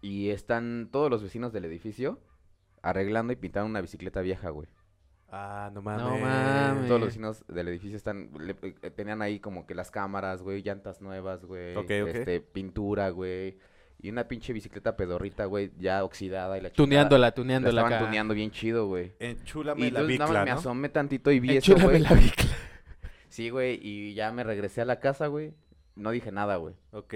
Speaker 2: Y están todos los vecinos del edificio arreglando y pintando una bicicleta vieja, güey.
Speaker 3: Ah, no mames.
Speaker 4: mames.
Speaker 2: Todos los vecinos del edificio están, le- eh, tenían ahí como que las cámaras, güey, llantas nuevas, güey,
Speaker 3: Ok, ok.
Speaker 2: este, pintura, güey, y una pinche bicicleta pedorrita, güey, ya oxidada y la chingada.
Speaker 4: Tuneándola,
Speaker 2: La
Speaker 4: tuneándola
Speaker 2: estaban
Speaker 4: acá.
Speaker 2: tuneando bien chido, güey.
Speaker 3: Enchúlame
Speaker 2: Y
Speaker 3: la
Speaker 2: entonces nada
Speaker 3: bicla,
Speaker 2: más me
Speaker 3: ¿no?
Speaker 2: asomé tantito y vi eso,
Speaker 4: Enchúlame
Speaker 2: güey.
Speaker 4: la bicla.
Speaker 2: Sí, güey, y ya me regresé a la casa, güey. No dije nada, güey.
Speaker 3: Ok.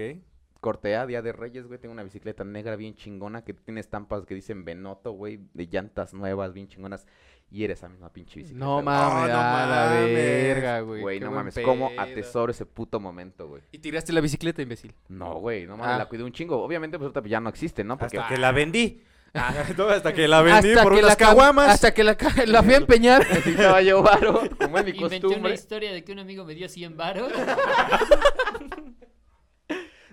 Speaker 2: Corté a Día de Reyes, güey. Tengo una bicicleta negra bien chingona que tiene estampas que dicen Benoto, güey. De llantas nuevas, bien chingonas. Y eres esa misma pinche bicicleta.
Speaker 4: No
Speaker 2: güey.
Speaker 4: mames,
Speaker 3: Ah, no
Speaker 4: a la
Speaker 3: mames.
Speaker 4: verga, güey.
Speaker 2: Güey,
Speaker 4: qué
Speaker 2: no
Speaker 4: buen
Speaker 2: mames, ¿cómo
Speaker 4: pedo.
Speaker 2: atesoro ese puto momento, güey?
Speaker 4: Y tiraste la bicicleta, imbécil.
Speaker 2: No, güey, no mames,
Speaker 4: Ah.
Speaker 2: la cuidé un chingo. Obviamente, pues ahorita ya no existe, ¿no? Porque Ah. [laughs]
Speaker 3: Hasta que la vendí. [laughs] No, hasta que la vendí
Speaker 4: hasta
Speaker 3: por
Speaker 4: que
Speaker 3: unas
Speaker 4: la ca-
Speaker 3: caguamas.
Speaker 4: Hasta que la, ca- la fui a empeñar.
Speaker 2: necesitaba yo
Speaker 4: [laughs]
Speaker 2: varo, como es mi
Speaker 5: Inventé una
Speaker 2: costumbre.
Speaker 5: historia de que un amigo me dio
Speaker 3: [laughs]
Speaker 5: 100 varos.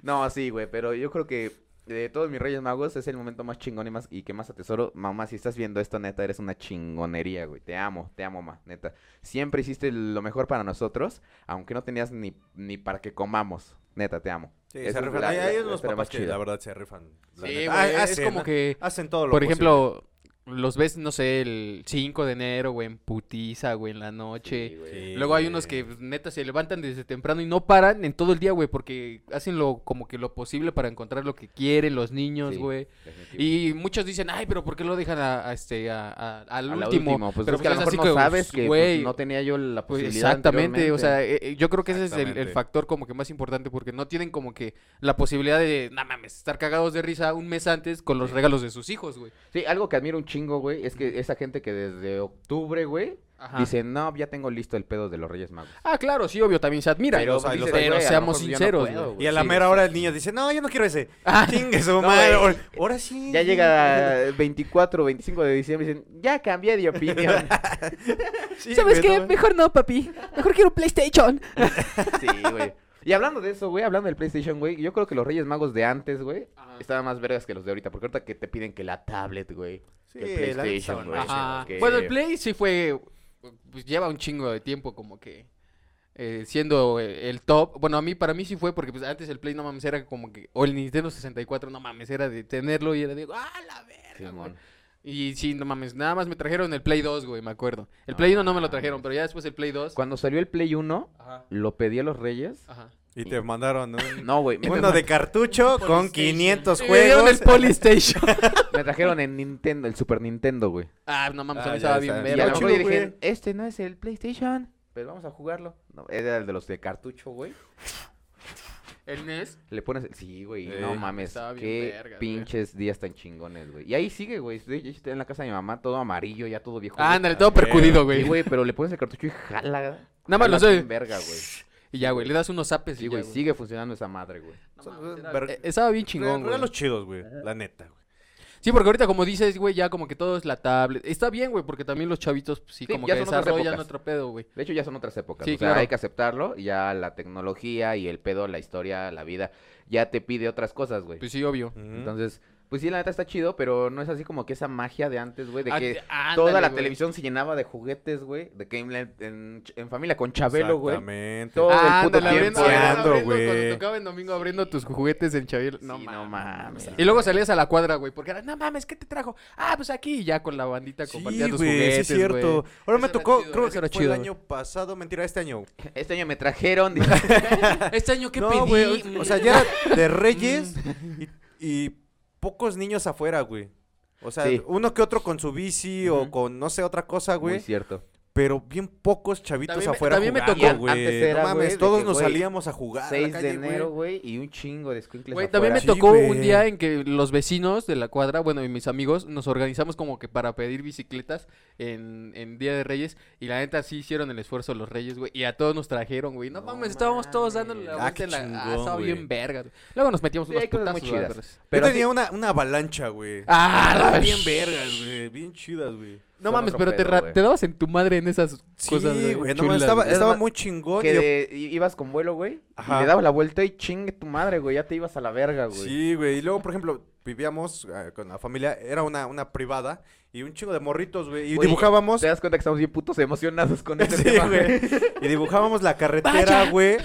Speaker 2: No, sí, güey, pero yo creo que de todos mis Reyes Magos es el momento más chingón y, más, y que más atesoro. Mamá, si estás viendo esto, neta, eres una chingonería, güey. Te amo, te amo, mamá, neta. Siempre hiciste lo mejor para nosotros, aunque no tenías ni, ni para que comamos. Neta, te amo.
Speaker 3: Sí,
Speaker 2: Esa
Speaker 3: se
Speaker 2: es
Speaker 3: rifan.
Speaker 2: la-
Speaker 3: Hay, hay
Speaker 2: la- la
Speaker 3: unos
Speaker 2: historia
Speaker 3: papás
Speaker 2: más
Speaker 3: que
Speaker 2: chida.
Speaker 3: la verdad se rifan. la
Speaker 4: Sí,
Speaker 3: neta.
Speaker 4: güey,
Speaker 3: Ah,
Speaker 4: es
Speaker 3: hacen,
Speaker 4: como
Speaker 3: ¿no?
Speaker 4: que,
Speaker 3: Hacen todo lo
Speaker 4: Por
Speaker 3: posible.
Speaker 4: ejemplo, los ves, no sé, el 5 de enero, güey, en putiza, güey, en la noche.
Speaker 2: Sí, güey.
Speaker 3: Sí,
Speaker 4: Luego hay
Speaker 3: güey.
Speaker 4: unos que pues, neta se levantan desde temprano y no paran en todo el día, güey, porque hacen lo como que lo posible para encontrar lo que quieren los niños,
Speaker 2: Sí,
Speaker 4: güey.
Speaker 2: definitivo.
Speaker 4: Y muchos dicen, ay, pero ¿por qué lo dejan a, a este a- a- al
Speaker 2: A la
Speaker 4: último?
Speaker 2: última, Pues
Speaker 4: pero
Speaker 2: es que a lo
Speaker 4: pues,
Speaker 2: mejor
Speaker 4: así
Speaker 2: no
Speaker 4: que,
Speaker 2: sabes que pues,
Speaker 4: güey,
Speaker 2: no tenía yo la
Speaker 4: pues,
Speaker 2: posibilidad.
Speaker 4: exactamente, o sea,
Speaker 2: anteriormente.
Speaker 4: eh, eh, yo creo que ese es el, el
Speaker 3: Exactamente.
Speaker 4: factor como que más importante porque no tienen como que la posibilidad de, no mames, estar cagados de risa un mes antes con los regalos de sus hijos, güey.
Speaker 2: Sí, algo que admiro un chingo, güey, es que esa gente que desde octubre, güey,
Speaker 4: Ajá.
Speaker 2: dice, no, ya tengo listo el pedo de los Reyes Magos.
Speaker 4: Ah, claro, sí, obvio, también se admira.
Speaker 3: Pero,
Speaker 4: Pero,
Speaker 3: o sea, los-
Speaker 2: güey, a lo
Speaker 4: seamos
Speaker 2: mejor yo no
Speaker 4: sinceros,
Speaker 2: puedo,
Speaker 4: güey.
Speaker 3: Y a la
Speaker 4: Sí,
Speaker 3: mera hora el niño dice, no, yo no quiero ese. Chingue su
Speaker 2: No,
Speaker 3: madre.
Speaker 2: güey.
Speaker 3: ahora- Ahora sí.
Speaker 2: Ya llega 24, 25 de diciembre y dicen, ya cambié de opinión.
Speaker 3: [laughs] Sí,
Speaker 4: ¿Sabes
Speaker 3: güey,
Speaker 4: qué?
Speaker 3: no,
Speaker 4: Mejor no, papi. Mejor quiero un PlayStation.
Speaker 2: [laughs] sí, güey. Y hablando de eso, güey, hablando del PlayStation, güey, yo creo que los Reyes Magos de antes, güey, estaban más vergas que los de ahorita, porque ahorita que te piden que la tablet, güey.
Speaker 3: Sí,
Speaker 2: que el
Speaker 3: la neta
Speaker 2: PlayStation,
Speaker 3: estaban
Speaker 4: Ah,
Speaker 2: güey.
Speaker 3: más
Speaker 4: Ajá.
Speaker 2: que-
Speaker 4: Bueno, el Play sí fue pues lleva un chingo de tiempo como que eh, siendo eh, el top. Bueno, a mí, para mí sí fue porque pues antes el Play, no mames, era como que, o el Nintendo 64, no mames, era de tenerlo y era de, ah, la verga, güey.
Speaker 2: Simón.
Speaker 4: Y sí, no mames, nada más me trajeron el Play 2, güey, me acuerdo. El Play 1 no me lo
Speaker 2: mames.
Speaker 4: trajeron, pero ya después el Play 2.
Speaker 2: Cuando salió el Play 1,
Speaker 4: Ajá.
Speaker 2: lo pedí a los Reyes.
Speaker 4: Ajá.
Speaker 3: Y te mandaron [laughs] un-
Speaker 2: No, güey. [laughs] Me,
Speaker 3: uno de cartucho
Speaker 5: Por
Speaker 3: con
Speaker 5: PlayStation.
Speaker 3: 500
Speaker 4: Me dieron el
Speaker 3: juegos.
Speaker 4: Polystation.
Speaker 2: [laughs] me trajeron en Nintendo, el Super Nintendo, güey.
Speaker 4: ah, no mames, a
Speaker 3: Ah,
Speaker 4: mí
Speaker 3: ya
Speaker 4: estaba
Speaker 3: está.
Speaker 4: bien
Speaker 2: Y a
Speaker 3: Pero
Speaker 2: lo mejor
Speaker 3: no,
Speaker 4: verga. güey.
Speaker 3: chido,
Speaker 2: dije,
Speaker 3: güey.
Speaker 2: este no es el PlayStation, pero vamos a jugarlo. No, era el de los de cartucho, güey.
Speaker 4: El E NES.
Speaker 2: Le pones... Sí, güey,
Speaker 3: Sí.
Speaker 2: no mames.
Speaker 4: Eh, Estaba bien
Speaker 2: Qué
Speaker 4: vergas, güey.
Speaker 2: pinches días tan chingones, güey. Y ahí sigue, güey. De hecho, está en la casa de mi mamá, todo amarillo, ya todo viejo.
Speaker 4: Ah,
Speaker 2: güey.
Speaker 4: ándale, todo
Speaker 3: güey.
Speaker 4: percudido,
Speaker 2: Sí,
Speaker 4: güey.
Speaker 2: güey, pero le pones el cartucho y jala.
Speaker 4: Nada más
Speaker 2: jala
Speaker 4: lo sé.
Speaker 2: bien Verga, güey.
Speaker 4: Y ya, güey, le das unos zapes
Speaker 2: Sí,
Speaker 4: y ya,
Speaker 2: güey, sigue funcionando esa madre, güey.
Speaker 4: No
Speaker 3: Son-
Speaker 4: mames, era-
Speaker 3: ver-
Speaker 4: eh, Estaba bien
Speaker 3: Chingón,
Speaker 4: chingón, güey.
Speaker 3: los chidos, güey. La neta, güey.
Speaker 4: Sí, porque ahorita como dices, güey, ya como que todo es la tablet. Está bien, güey, porque también los chavitos, pues, sí,
Speaker 2: Sí,
Speaker 4: como
Speaker 2: ya
Speaker 4: que
Speaker 2: son otras
Speaker 4: desarrollan
Speaker 2: épocas.
Speaker 4: otro pedo, güey.
Speaker 2: De hecho, ya son otras épocas.
Speaker 4: Sí,
Speaker 2: o sea,
Speaker 4: claro.
Speaker 2: hay que aceptarlo. Ya la tecnología y el pedo, la historia, la vida, ya te pide otras cosas, güey.
Speaker 4: Pues sí, obvio.
Speaker 2: Entonces, pues sí, la neta está chido, pero no es así como que esa magia de antes, güey, de
Speaker 4: Ah,
Speaker 2: que
Speaker 4: ándale,
Speaker 2: toda la
Speaker 4: güey.
Speaker 2: televisión se llenaba de juguetes, güey, de que en, la- en- en familia con Chabelo, güey.
Speaker 3: Exactamente.
Speaker 2: Todo el puto
Speaker 4: Ándale,
Speaker 2: tiempo.
Speaker 4: abriendo,
Speaker 3: Ando,
Speaker 4: abriendo,
Speaker 3: güey.
Speaker 4: cuando tocaba en domingo abriendo tus juguetes en Chabelo. No,
Speaker 2: Sí,
Speaker 4: mames.
Speaker 2: no mames.
Speaker 4: Y luego salías a la cuadra, güey, porque era, no mames, ¿qué te trajo? Ah, pues aquí, y ya con la bandita
Speaker 3: Sí,
Speaker 4: compartía tus
Speaker 3: güey, sí
Speaker 4: juguetes,
Speaker 3: es cierto.
Speaker 4: güey.
Speaker 3: Ahora me
Speaker 4: Eso era
Speaker 3: tocó,
Speaker 4: chido,
Speaker 3: creo
Speaker 4: eso
Speaker 3: que
Speaker 4: era
Speaker 3: fue
Speaker 4: chido,
Speaker 3: el
Speaker 4: güey.
Speaker 3: año pasado, mentira, este año.
Speaker 2: Este año me trajeron. [laughs] dice,
Speaker 4: Este año, ¿qué
Speaker 3: no,
Speaker 4: pedí?
Speaker 3: güey, o- o sea, ya era de Reyes y, y pocos niños afuera, güey. O sea,
Speaker 2: Sí.
Speaker 3: uno que otro con su bici
Speaker 2: Ujú.
Speaker 3: o con no sé otra cosa,
Speaker 2: Muy
Speaker 3: güey.
Speaker 2: cierto.
Speaker 3: Pero bien pocos chavitos
Speaker 4: También me-
Speaker 3: afuera
Speaker 4: también me
Speaker 3: jugando,
Speaker 4: tocó.
Speaker 3: güey.
Speaker 2: Antes era,
Speaker 3: no
Speaker 2: güey,
Speaker 3: mames,
Speaker 2: de
Speaker 3: todos
Speaker 2: que,
Speaker 3: nos
Speaker 2: güey,
Speaker 3: salíamos a jugar.
Speaker 2: 6
Speaker 3: a la
Speaker 2: de
Speaker 3: calle,
Speaker 2: enero,
Speaker 3: güey.
Speaker 2: güey, y un chingo de escuincles
Speaker 4: Güey, también me
Speaker 3: Sí,
Speaker 4: tocó un
Speaker 3: güey.
Speaker 4: día en que los vecinos de la cuadra, bueno, y mis amigos, nos organizamos como que para pedir bicicletas en, en Día de Reyes. Y la neta sí hicieron el esfuerzo los Reyes, güey. Y a todos nos trajeron, güey. No,
Speaker 2: No
Speaker 4: mames, estábamos todos
Speaker 2: mames.
Speaker 4: dándole la
Speaker 3: Ah,
Speaker 4: vuelta
Speaker 3: qué
Speaker 4: en la. ah,
Speaker 3: chingón,
Speaker 4: estaba bien
Speaker 3: güey.
Speaker 4: verga. güey. Luego nos metíamos
Speaker 2: Sí,
Speaker 4: unos
Speaker 2: hay cosas muy
Speaker 4: putazos, güey,
Speaker 2: chidas.
Speaker 4: pero sí.
Speaker 2: Pero
Speaker 3: Yo tenía una, una avalancha, güey.
Speaker 4: Ah, la-
Speaker 3: bien vergas, güey. Bien chidas, güey.
Speaker 4: No
Speaker 2: Son
Speaker 4: mames,
Speaker 2: otro
Speaker 4: pero te,
Speaker 2: pedo,
Speaker 4: ra-
Speaker 2: güey.
Speaker 4: te dabas en tu madre en esas cosas.
Speaker 3: Sí, güey. No,
Speaker 4: chulas,
Speaker 3: estaba,
Speaker 4: güey.
Speaker 2: Es
Speaker 3: estaba
Speaker 2: más,
Speaker 3: muy chingón.
Speaker 2: que
Speaker 3: y-
Speaker 2: de- i- ibas con vuelo, güey, y
Speaker 3: Ajá.
Speaker 2: le dabas la vuelta y chingue tu madre, güey, ya te ibas a la verga, güey.
Speaker 3: Sí, güey. Y luego, por ejemplo, vivíamos eh, con la familia. Era una, una privada y un chingo de morritos, güey. Y
Speaker 2: Güey,
Speaker 3: dibujábamos.
Speaker 2: Te das cuenta que estamos bien putos emocionados
Speaker 3: [laughs]
Speaker 2: con [laughs] este
Speaker 3: Sí,
Speaker 2: tema,
Speaker 3: güey.
Speaker 2: güey.
Speaker 3: Y dibujábamos la carretera, güey.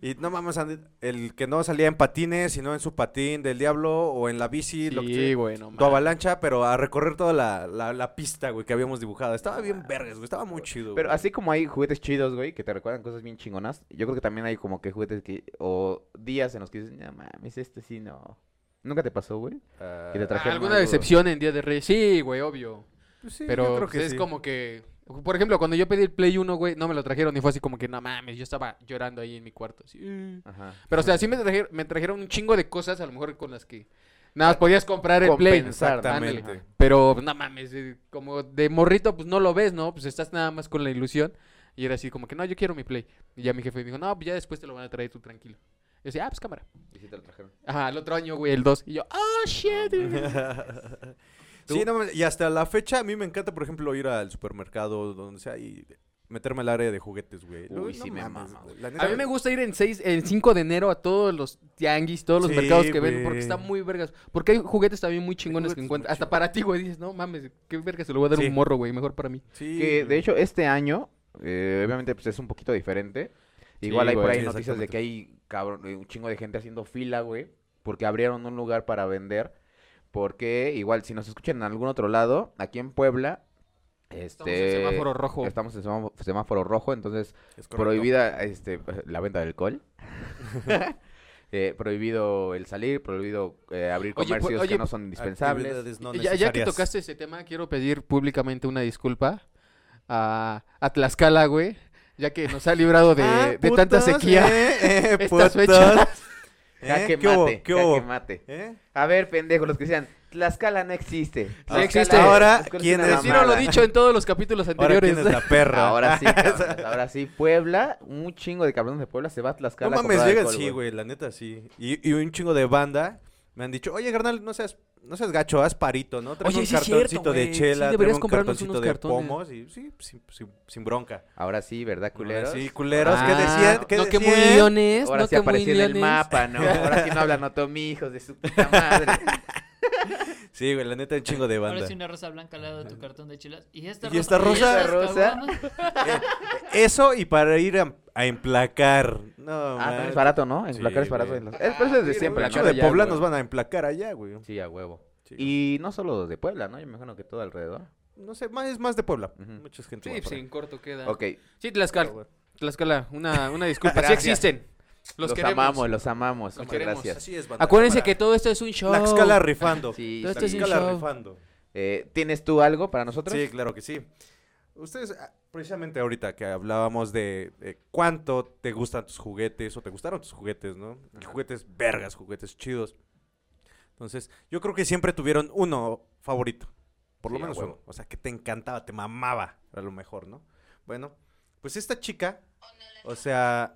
Speaker 3: Y no mames, and- el que no salía en patines, sino en su patín del diablo o en la bici, lo que
Speaker 4: Sí,
Speaker 3: sea,
Speaker 4: güey, no
Speaker 3: Tu
Speaker 4: mames.
Speaker 3: avalancha, pero a recorrer toda la, la- la pista, güey, que habíamos dibujado. Estaba bien vergas, güey. Estaba muy chido.
Speaker 2: Pero
Speaker 3: güey.
Speaker 2: así como hay juguetes chidos, güey, que te recuerdan cosas bien chingonas, yo creo que también hay como que juguetes que, o días en los que dices, no mames, este sí no. ¿Nunca te pasó, güey?
Speaker 3: Ah,
Speaker 2: que te traje- trajeron
Speaker 4: ¿Alguna
Speaker 2: algo.
Speaker 4: decepción en Día de Reyes? Sí, güey, obvio.
Speaker 3: pues sí,
Speaker 4: Pero
Speaker 3: yo creo
Speaker 4: pues,
Speaker 3: que
Speaker 4: es
Speaker 3: sí.
Speaker 4: como que. Por ejemplo, cuando yo pedí el Play 1, güey, no me lo trajeron y fue así como que, no mames, yo estaba llorando ahí en mi cuarto. así, "Eh".
Speaker 2: Ajá.
Speaker 4: Pero, o sea, sí me, trajer- me trajeron un chingo de cosas, a lo mejor con las que. Nada más podías comprar el Play.
Speaker 2: Compensar,
Speaker 4: Ándale.
Speaker 2: ándale.
Speaker 3: Exactamente.
Speaker 4: Pero, no mames, eh, como de morrito, pues no lo ves, ¿no? Pues estás nada más con la ilusión. Y era así como que, no, yo quiero mi Play. Y ya mi jefe me dijo, no, pues ya después te lo van a traer tú tranquilo. Y yo decía, ah, pues cámara.
Speaker 2: Y sí te lo trajeron.
Speaker 4: Ajá, el otro año, güey, el 2. Y yo, oh, shit.
Speaker 3: [laughs] Sí, no mames, y hasta la fecha a mí me encanta, por ejemplo, ir al supermercado, donde sea, y meterme al área de juguetes, güey.
Speaker 2: Uy, sí me mama,
Speaker 3: güey. La
Speaker 4: A
Speaker 3: neta-
Speaker 4: mí me gusta ir en seis, en 5 de enero a todos los tianguis, todos los
Speaker 3: Sí,
Speaker 4: mercados que ven,
Speaker 3: güey.
Speaker 4: porque están muy vergas. Porque hay juguetes también muy chingones que
Speaker 3: juguetes
Speaker 4: encuentras.
Speaker 3: muy
Speaker 4: Hasta para ti, güey, dices, no mames, qué verga se lo voy a dar
Speaker 3: Sí.
Speaker 4: un morro, güey, mejor para mí.
Speaker 3: Sí,
Speaker 2: Que de
Speaker 3: güey.
Speaker 2: hecho este año, eh, obviamente pues es un poquito diferente.
Speaker 4: Sí,
Speaker 2: Igual hay por
Speaker 3: güey.
Speaker 2: ahí
Speaker 3: Sí,
Speaker 2: noticias de que hay cabrón, eh, un chingo de gente haciendo fila, güey, porque abrieron un lugar para vender. Porque igual si nos escuchan en algún otro lado, aquí en Puebla, este,
Speaker 4: Estamos en
Speaker 3: Eh,
Speaker 4: semáforo rojo.
Speaker 2: estamos en semáforo, semáforo rojo, entonces
Speaker 3: Es correcto.
Speaker 2: prohibida este la venta de
Speaker 3: [laughs]
Speaker 2: alcohol. [laughs] Eh, prohibido el salir, prohibido eh, abrir
Speaker 4: Oye, pu-
Speaker 2: comercios
Speaker 4: oye,
Speaker 2: que no son indispensables.
Speaker 3: pues, Actividades no
Speaker 4: ya, ya que
Speaker 3: necesarias.
Speaker 4: tocaste ese tema, quiero pedir públicamente una disculpa a, a Tlaxcala, güey, ya que nos ha librado
Speaker 3: [laughs]
Speaker 4: de,
Speaker 3: Ah,
Speaker 4: de tanta
Speaker 3: putos,
Speaker 4: sequía.
Speaker 3: eh, [laughs] eh,
Speaker 4: [laughs] estas
Speaker 3: putos.
Speaker 4: fechas.
Speaker 3: [laughs] Eh,
Speaker 2: Jaque
Speaker 3: ¿qué hubo?
Speaker 2: mate,
Speaker 3: ¿Qué
Speaker 2: jaque
Speaker 3: hubo?
Speaker 2: mate.
Speaker 3: ¿Eh?
Speaker 2: A ver, pendejos, los que decían, Tlaxcala no existe.
Speaker 4: No
Speaker 2: Tlaxcala-
Speaker 4: existe.
Speaker 3: Ah, Ahora,
Speaker 2: Tlaxcala es
Speaker 3: ¿quién
Speaker 2: una
Speaker 3: es?
Speaker 4: Así no lo
Speaker 2: mamada.
Speaker 4: he dicho en todos los capítulos
Speaker 3: Ahora
Speaker 4: anteriores.
Speaker 3: quién es la [laughs] perra. Ah,
Speaker 2: Ahora sí, cabrones, ahora sí. Puebla, un chingo de cabrones de Puebla se va a
Speaker 3: No
Speaker 2: Tlaxcala. a
Speaker 3: mames,
Speaker 2: comprar
Speaker 3: llega
Speaker 2: alcohol,
Speaker 3: sí, güey, la neta sí. Y, y un chingo de banda me han dicho, oye, carnal, no seas, no seas gacho, haz parito, ¿no? Tráeme
Speaker 4: Oye,
Speaker 3: un
Speaker 4: sí es cierto,
Speaker 3: cartoncito de
Speaker 4: güey. Sí,
Speaker 3: chela,
Speaker 4: deberías
Speaker 3: tráeme un
Speaker 4: comprarnos
Speaker 3: cartoncito
Speaker 4: unos
Speaker 3: de
Speaker 4: cartones.
Speaker 3: pomos y sí, sin, sin, sin bronca.
Speaker 2: Ahora sí, ¿verdad, culeros?
Speaker 3: Sí, culeros, ¿qué
Speaker 4: Ah,
Speaker 3: decían? ¿Qué
Speaker 4: [laughs] no, que muy
Speaker 3: decían?
Speaker 4: leones,
Speaker 2: Ahora
Speaker 4: no
Speaker 2: sí
Speaker 4: que muy
Speaker 2: apareció en el
Speaker 3: [laughs]
Speaker 4: leones.
Speaker 2: mapa, ¿no? Ahora sí no hablan otomí, hijos de su puta madre.
Speaker 3: Sí, güey, la neta, un chingo de banda. Eh,
Speaker 5: Ahora sí una rosa blanca al lado de tu cartón de chelas. Y esta
Speaker 3: ¿Y
Speaker 5: rosa.
Speaker 3: esta rosa?
Speaker 5: estas
Speaker 2: Rosa.
Speaker 5: caguamas?
Speaker 3: Eso y para ir a, a emplacar. No,
Speaker 2: Ah, también es
Speaker 3: man.
Speaker 2: barato, ¿no? En
Speaker 3: Sí,
Speaker 2: placar es barato.
Speaker 3: güey.
Speaker 2: en los- Es, pero eso es de
Speaker 3: Sí,
Speaker 2: siempre.
Speaker 3: un
Speaker 2: ¿no?
Speaker 3: chingo de
Speaker 2: Allá,
Speaker 3: Puebla
Speaker 2: güey.
Speaker 3: nos van a emplacar allá, güey.
Speaker 2: Sí, a huevo.
Speaker 3: Sí.
Speaker 2: Y no solo de Puebla, ¿no? Yo me imagino que todo alrededor.
Speaker 3: No sé, más, es más de Puebla.
Speaker 2: Ujú.
Speaker 3: Mucha gente.
Speaker 1: Sí,
Speaker 3: va para
Speaker 1: sí, en corto queda.
Speaker 2: Ok.
Speaker 4: Sí, Tlaxcala. Tlaxcala, una,
Speaker 2: [laughs]
Speaker 4: una disculpa. sí
Speaker 2: Gracias.
Speaker 4: existen. Los,
Speaker 2: Los,
Speaker 4: queremos.
Speaker 2: amamos, los amamos. Muchas
Speaker 4: queremos,
Speaker 3: allá.
Speaker 2: gracias.
Speaker 3: Así es, banda.
Speaker 4: Acuérdense
Speaker 3: Cámara.
Speaker 4: que todo esto es un show.
Speaker 3: Tlaxcala rifando.
Speaker 2: Sí,
Speaker 4: Todo esto
Speaker 2: sí.
Speaker 4: es un
Speaker 3: Tlaxcala
Speaker 4: show.
Speaker 3: rifando.
Speaker 2: Eh, ¿Tienes tú algo para nosotros?
Speaker 3: Sí, claro que sí. Ustedes, ah, precisamente ahorita que hablábamos de eh, cuánto te gustan tus juguetes o te gustaron tus juguetes, ¿no? Juguetes vergas, juguetes chidos. Entonces, yo creo que siempre tuvieron uno favorito. Por lo
Speaker 2: Sí, a
Speaker 3: menos
Speaker 2: huevo.
Speaker 3: uno. O sea, que te encantaba, te mamaba, a lo mejor, ¿no? Bueno, pues esta chica, o sea...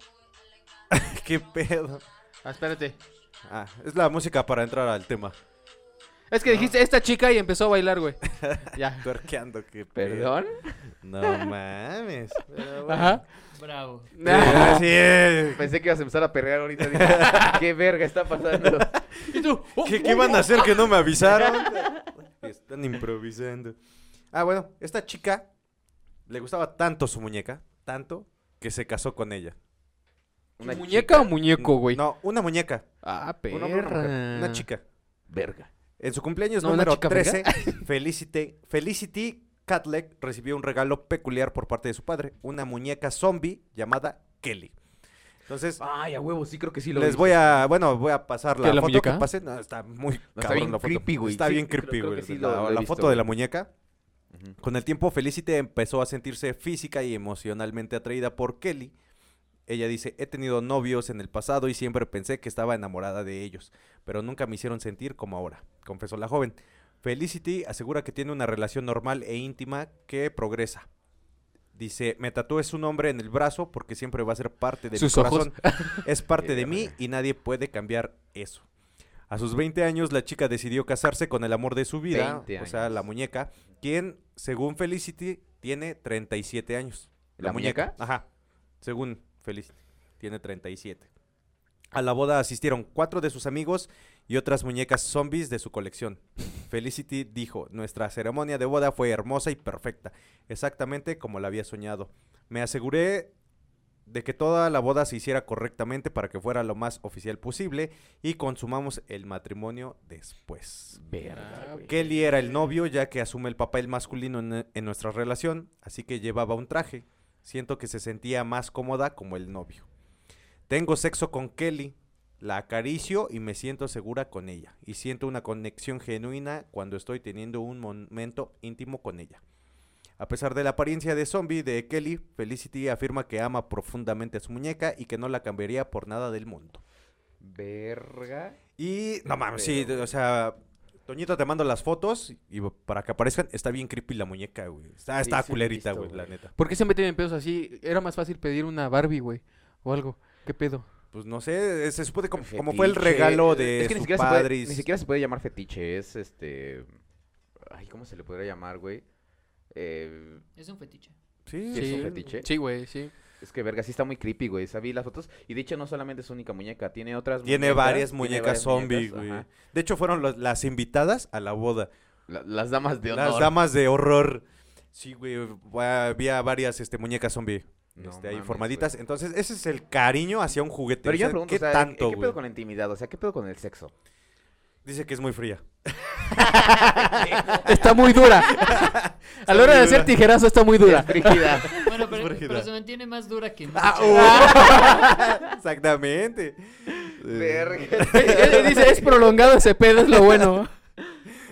Speaker 3: [laughs] ¿Qué pedo?
Speaker 4: Ah, espérate.
Speaker 3: Ah, es la música para entrar al tema.
Speaker 4: Es que dijiste esta chica y empezó a
Speaker 2: [laughs]
Speaker 4: bailar, güey. ya.
Speaker 3: Tuerqueando, qué pedo.
Speaker 2: ¿Perdón?
Speaker 3: No mames. pero bueno.
Speaker 4: Ajá.
Speaker 5: Bravo.
Speaker 3: Sí, así es.
Speaker 2: Pensé que ibas a empezar a perrear ahorita.
Speaker 3: [laughs]
Speaker 2: dije, ¿Qué verga está pasando? [laughs]
Speaker 3: ¿Qué, qué iban a hacer que no me avisaron? [laughs] Están improvisando. Ah, bueno, esta chica le gustaba tanto su muñeca, tanto, que se casó con ella.
Speaker 2: Una
Speaker 4: "Oh, ¿Muñeca
Speaker 2: chica.
Speaker 4: o muñeco, güey?
Speaker 3: No, una muñeca,
Speaker 4: Ah,
Speaker 2: Un hombre, una
Speaker 4: perra.
Speaker 2: mujer,
Speaker 3: una chica.
Speaker 2: Verga.
Speaker 3: En su cumpleaños
Speaker 4: No, una
Speaker 3: número
Speaker 4: chica
Speaker 3: 13,
Speaker 2: [laughs]
Speaker 3: Felicity, Felicity Catlett recibió un regalo peculiar por parte de su padre, una muñeca zombie llamada Kelly. Entonces,
Speaker 2: Ay, a huevo, sí creo que Ah, sí lo
Speaker 3: les voy a, bueno, voy a pasar la,
Speaker 4: ¿Qué, la
Speaker 3: foto
Speaker 4: muñeca?
Speaker 3: que pasé. No, está muy
Speaker 2: No, está
Speaker 3: cabrón
Speaker 2: bien
Speaker 3: la foto.
Speaker 2: creepy, güey.
Speaker 3: Está
Speaker 2: Sí,
Speaker 3: bien
Speaker 2: creo-
Speaker 3: creepy,
Speaker 2: creo
Speaker 3: güey.
Speaker 2: que sí lo-
Speaker 3: la
Speaker 2: lo he
Speaker 3: la
Speaker 2: visto,
Speaker 3: foto de la
Speaker 2: güey.
Speaker 3: muñeca.
Speaker 2: Ujú.
Speaker 3: Con el tiempo, Felicity empezó a sentirse física y emocionalmente atraída por Kelly. Ella dice, he tenido novios en el pasado y siempre pensé que estaba enamorada de ellos, pero nunca me hicieron sentir como ahora, confesó la joven. Felicity asegura que tiene una relación normal e íntima que progresa. Dice, me tatué su nombre en el brazo porque siempre va a ser parte de
Speaker 4: Sus
Speaker 3: mi
Speaker 4: ojos. [laughs]
Speaker 3: corazón. Es parte de mí
Speaker 2: Verga.
Speaker 3: y nadie puede cambiar eso. A sus 20 años, la chica decidió casarse con el amor de su vida,
Speaker 2: 20
Speaker 3: o sea, la
Speaker 2: años.
Speaker 3: muñeca, quien, según Felicity, tiene 37 años.
Speaker 2: ¿La muñeca?
Speaker 3: Ajá. Según Felicity, tiene 37. A la boda asistieron cuatro de sus amigos y otras muñecas zombies de su colección. Felicity dijo, nuestra ceremonia de boda fue hermosa y perfecta, exactamente como la había soñado. Me aseguré de que toda la boda se hiciera correctamente para que fuera lo más oficial posible y consumamos el matrimonio después.
Speaker 4: Ah,
Speaker 2: Verga, güey.
Speaker 3: Kelly era el novio ya que asume el papel masculino en, en nuestra relación, así que llevaba un traje. Siento que se sentía más cómoda como el novio. Tengo sexo con Kelly, la acaricio y me siento segura con ella. Y siento una conexión genuina cuando estoy teniendo un momento íntimo con ella. A pesar de la apariencia de zombie de Kelly, Felicity afirma que ama profundamente a su muñeca y que no la cambiaría por nada del mundo.
Speaker 2: Verga.
Speaker 3: Y no mames,
Speaker 2: Pero,
Speaker 3: sí, de- o sea, Toñito te mando las fotos y va- para que aparezcan, está bien creepy la muñeca, güey. Está,
Speaker 2: Sí,
Speaker 3: está
Speaker 2: sí,
Speaker 3: culerita,
Speaker 2: listo,
Speaker 3: güey, la
Speaker 2: güey.
Speaker 3: neta.
Speaker 4: ¿Por qué se meten en pedos así? Era más fácil pedir una Barbie, güey. O algo. ¿Qué pedo?
Speaker 3: Pues no sé, eh, se supone como, como
Speaker 2: Fetiche.
Speaker 3: fue el regalo de
Speaker 2: Es que ni
Speaker 3: su
Speaker 2: siquiera se puede-
Speaker 3: padre. y
Speaker 2: ni
Speaker 3: s-
Speaker 2: siquiera se puede llamar fetiche, es este... Ay, ¿cómo se le podría llamar, güey? Eh,
Speaker 5: Es un fetiche.
Speaker 3: Sí,
Speaker 2: ¿Sí es un fetiche?
Speaker 4: Sí, güey, sí.
Speaker 2: es que verga, sí está muy creepy, güey. Sabí las fotos. Y de hecho, no solamente es única muñeca, tiene otras
Speaker 3: Tiene
Speaker 2: muñecas,
Speaker 3: varias
Speaker 2: tiene
Speaker 3: muñecas
Speaker 2: varias
Speaker 3: zombie,
Speaker 2: muñecas,
Speaker 3: güey.
Speaker 2: ajá.
Speaker 3: De hecho, fueron los- las invitadas a la boda.
Speaker 2: La- las damas de honor.
Speaker 3: Las damas de horror. Sí, güey, va- había varias este, muñecas zombie
Speaker 2: No
Speaker 3: este, ahí
Speaker 2: mames,
Speaker 3: formaditas.
Speaker 2: güey.
Speaker 3: Entonces, ese es el cariño hacia un juguete.
Speaker 2: Pero
Speaker 3: O
Speaker 2: yo
Speaker 3: sea,
Speaker 2: me pregunto,
Speaker 3: ¿qué
Speaker 2: o sea, ¿qué-
Speaker 3: tanto,
Speaker 2: ¿qué
Speaker 3: güey?
Speaker 2: pedo con la intimidad? O sea, ¿qué pedo con el
Speaker 3: [laughs]
Speaker 2: sexo?
Speaker 3: Dice que es muy fría.
Speaker 4: Está
Speaker 2: [laughs]
Speaker 4: muy dura. A la hora de hacer tijerazo está muy dura.
Speaker 2: Frígida.
Speaker 3: [laughs]
Speaker 5: Bueno, pero,
Speaker 3: Brígida.
Speaker 5: pero se mantiene más dura que
Speaker 3: Ah,
Speaker 2: [laughs]
Speaker 5: mucho.
Speaker 3: oh. Exactamente. [laughs]
Speaker 2: verga.
Speaker 4: Eh, Dice, es prolongado ese pedo, es lo bueno.
Speaker 2: [laughs]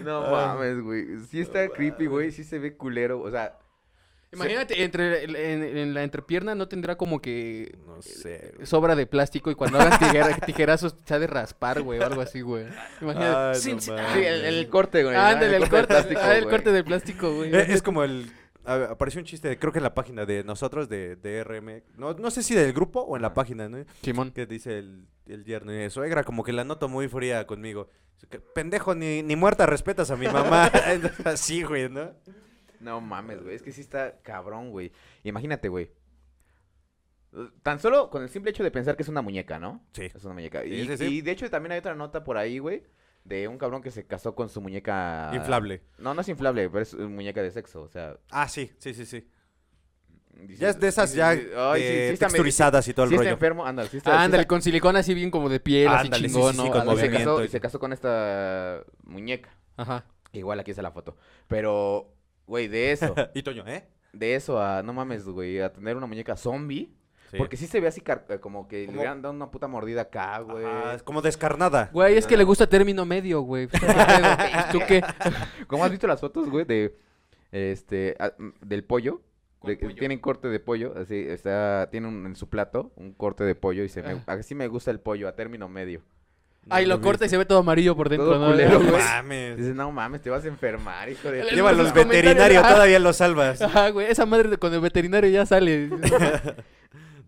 Speaker 2: No
Speaker 3: Ah.
Speaker 2: mames, güey. Sí está creepy, güey. Sí se ve culero. O sea,
Speaker 4: Imagínate, entre, el- en, en la entrepierna no tendrá como que
Speaker 3: No sé. güey.
Speaker 4: sobra de plástico y cuando hagas tijera- tijerazos se ha de raspar, güey, o algo así, güey. Imagínate. Ah,
Speaker 3: Ay, no mames.
Speaker 2: sí, el, el corte, güey. ¿no?
Speaker 4: Ándale, el corte,
Speaker 2: plástico,
Speaker 4: ah, el
Speaker 2: güey.
Speaker 4: corte de plástico, güey.
Speaker 3: Eh, Es como el. a ver, apareció un chiste, creo que en la página de nosotros, de, de RM. No, no sé si del grupo o en la
Speaker 2: Ajá.
Speaker 3: página, ¿no?
Speaker 4: Simón.
Speaker 3: Que dice el, el yerno y suegra, como que la noto muy fría conmigo. Dice que, Pendejo, ni, ni muerta respetas a mi
Speaker 2: [laughs]
Speaker 3: mamá. [laughs] Entonces, Así, güey, ¿no?
Speaker 2: No mames, güey. Es que sí está cabrón, güey. Imagínate, güey. Tan solo con el simple hecho de pensar que es una muñeca, ¿no?
Speaker 3: Sí.
Speaker 2: Es una muñeca.
Speaker 3: Sí,
Speaker 2: Y,
Speaker 3: sí, sí.
Speaker 2: y de hecho también hay otra nota por ahí, güey. de un cabrón que se casó con su muñeca.
Speaker 3: Inflable.
Speaker 2: No, no es inflable, pero es una muñeca de sexo. O sea.
Speaker 3: Ah, sí, sí, sí, sí.
Speaker 2: dices-
Speaker 3: Ya es de esas
Speaker 2: dices-
Speaker 3: ya
Speaker 2: dices, "Ay, sí, sí
Speaker 3: eh,
Speaker 2: está medio-
Speaker 3: texturizadas y todo el
Speaker 2: sí está
Speaker 3: rollo.
Speaker 2: enfermo, ándale. Sí está, sí
Speaker 4: Ah, ándale,
Speaker 2: está-
Speaker 4: con silicona así bien como de piel, así
Speaker 3: Ándale, sí, sí,
Speaker 4: chingón,
Speaker 3: sí,
Speaker 4: ¿no?
Speaker 3: con
Speaker 4: Ándale.
Speaker 2: ándale, se
Speaker 3: movimiento
Speaker 2: casó,
Speaker 3: y-
Speaker 2: y se casó con esta muñeca.
Speaker 4: Ajá.
Speaker 2: Igual aquí está la foto. Pero, güey, de
Speaker 3: [laughs]
Speaker 2: eso.
Speaker 3: Y Toño, ¿eh?
Speaker 2: de eso a, no mames, güey, a tener una muñeca zombie.
Speaker 3: Sí.
Speaker 2: Porque sí se ve así car- eh, como que
Speaker 3: Como-
Speaker 2: le hubieran dado una puta mordida acá, güey.
Speaker 3: Ajá, es como descarnada.
Speaker 4: Güey, es que le gusta término medio, güey. ¿Qué pedo? ¿Tú qué?
Speaker 2: ¿Cómo has visto las fotos, güey, de este ah, mm, del pollo?
Speaker 4: ¿Cuál
Speaker 2: De que
Speaker 4: pollo?
Speaker 2: Tienen corte de pollo, así está, tiene un- en su plato un corte de pollo y se me, así me gusta el pollo a término medio.
Speaker 4: Ay, lo corta y se ve todo amarillo por dentro,
Speaker 2: Todo
Speaker 4: ¿no?
Speaker 2: culero,
Speaker 3: [laughs] No
Speaker 2: güey.
Speaker 3: mames.
Speaker 2: Dices, no mames, te vas a enfermar, hijo
Speaker 3: [laughs]
Speaker 2: de.
Speaker 4: El-
Speaker 3: Lleva los
Speaker 4: los comentarios,
Speaker 3: veterinarios,
Speaker 4: ajá.
Speaker 3: todavía lo salvas.
Speaker 4: Ajá, güey, esa madre de- con el veterinario ya sale.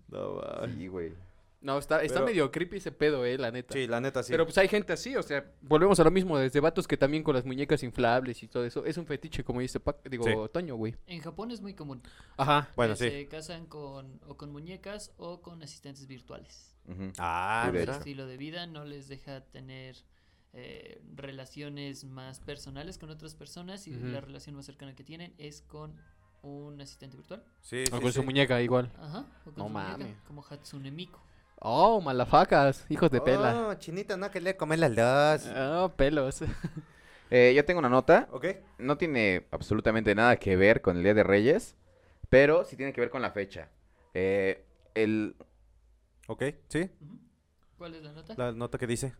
Speaker 3: No, mames.
Speaker 2: Sí, güey.
Speaker 4: No, está, está
Speaker 3: Pero-
Speaker 4: medio creepy ese pedo, eh, la neta.
Speaker 3: Sí, la neta sí.
Speaker 4: Pero pues hay gente así, o sea, volvemos a lo mismo, desde vatos que también con las muñecas inflables y todo eso. Es un fetiche, como dice Pac, digo,
Speaker 3: Sí.
Speaker 4: Toño, güey.
Speaker 5: En Japón es muy común.
Speaker 4: Ajá.
Speaker 3: bueno, sí.
Speaker 5: que Se casan con, o con muñecas o con asistentes virtuales.
Speaker 2: Ujú.
Speaker 3: Ah,
Speaker 2: Sí, de
Speaker 5: Su
Speaker 2: hecho.
Speaker 3: mira.
Speaker 5: estilo de vida no les deja tener eh, relaciones más personales con otras personas y
Speaker 4: Ujú.
Speaker 5: la relación más cercana que tienen es con un asistente virtual.
Speaker 3: Sí,
Speaker 4: O
Speaker 3: sí, sí.
Speaker 4: con su muñeca igual.
Speaker 5: Ajá. O con
Speaker 4: No
Speaker 5: su muñeca,
Speaker 4: mames.
Speaker 5: Como Hatsune Miku.
Speaker 4: Oh, malafacas, hijos de pela.
Speaker 3: Oh, chinita, no quería comer las dos.
Speaker 4: Oh, pelos.
Speaker 2: Eh, yo tengo una nota
Speaker 3: ¿Ok?
Speaker 2: no tiene absolutamente nada que ver con el Día de Reyes, pero sí tiene que ver con la fecha. Eh, el,
Speaker 3: ¿Ok? ¿Sí?
Speaker 5: Ujú. ¿Cuál es la nota?
Speaker 3: La nota que dice.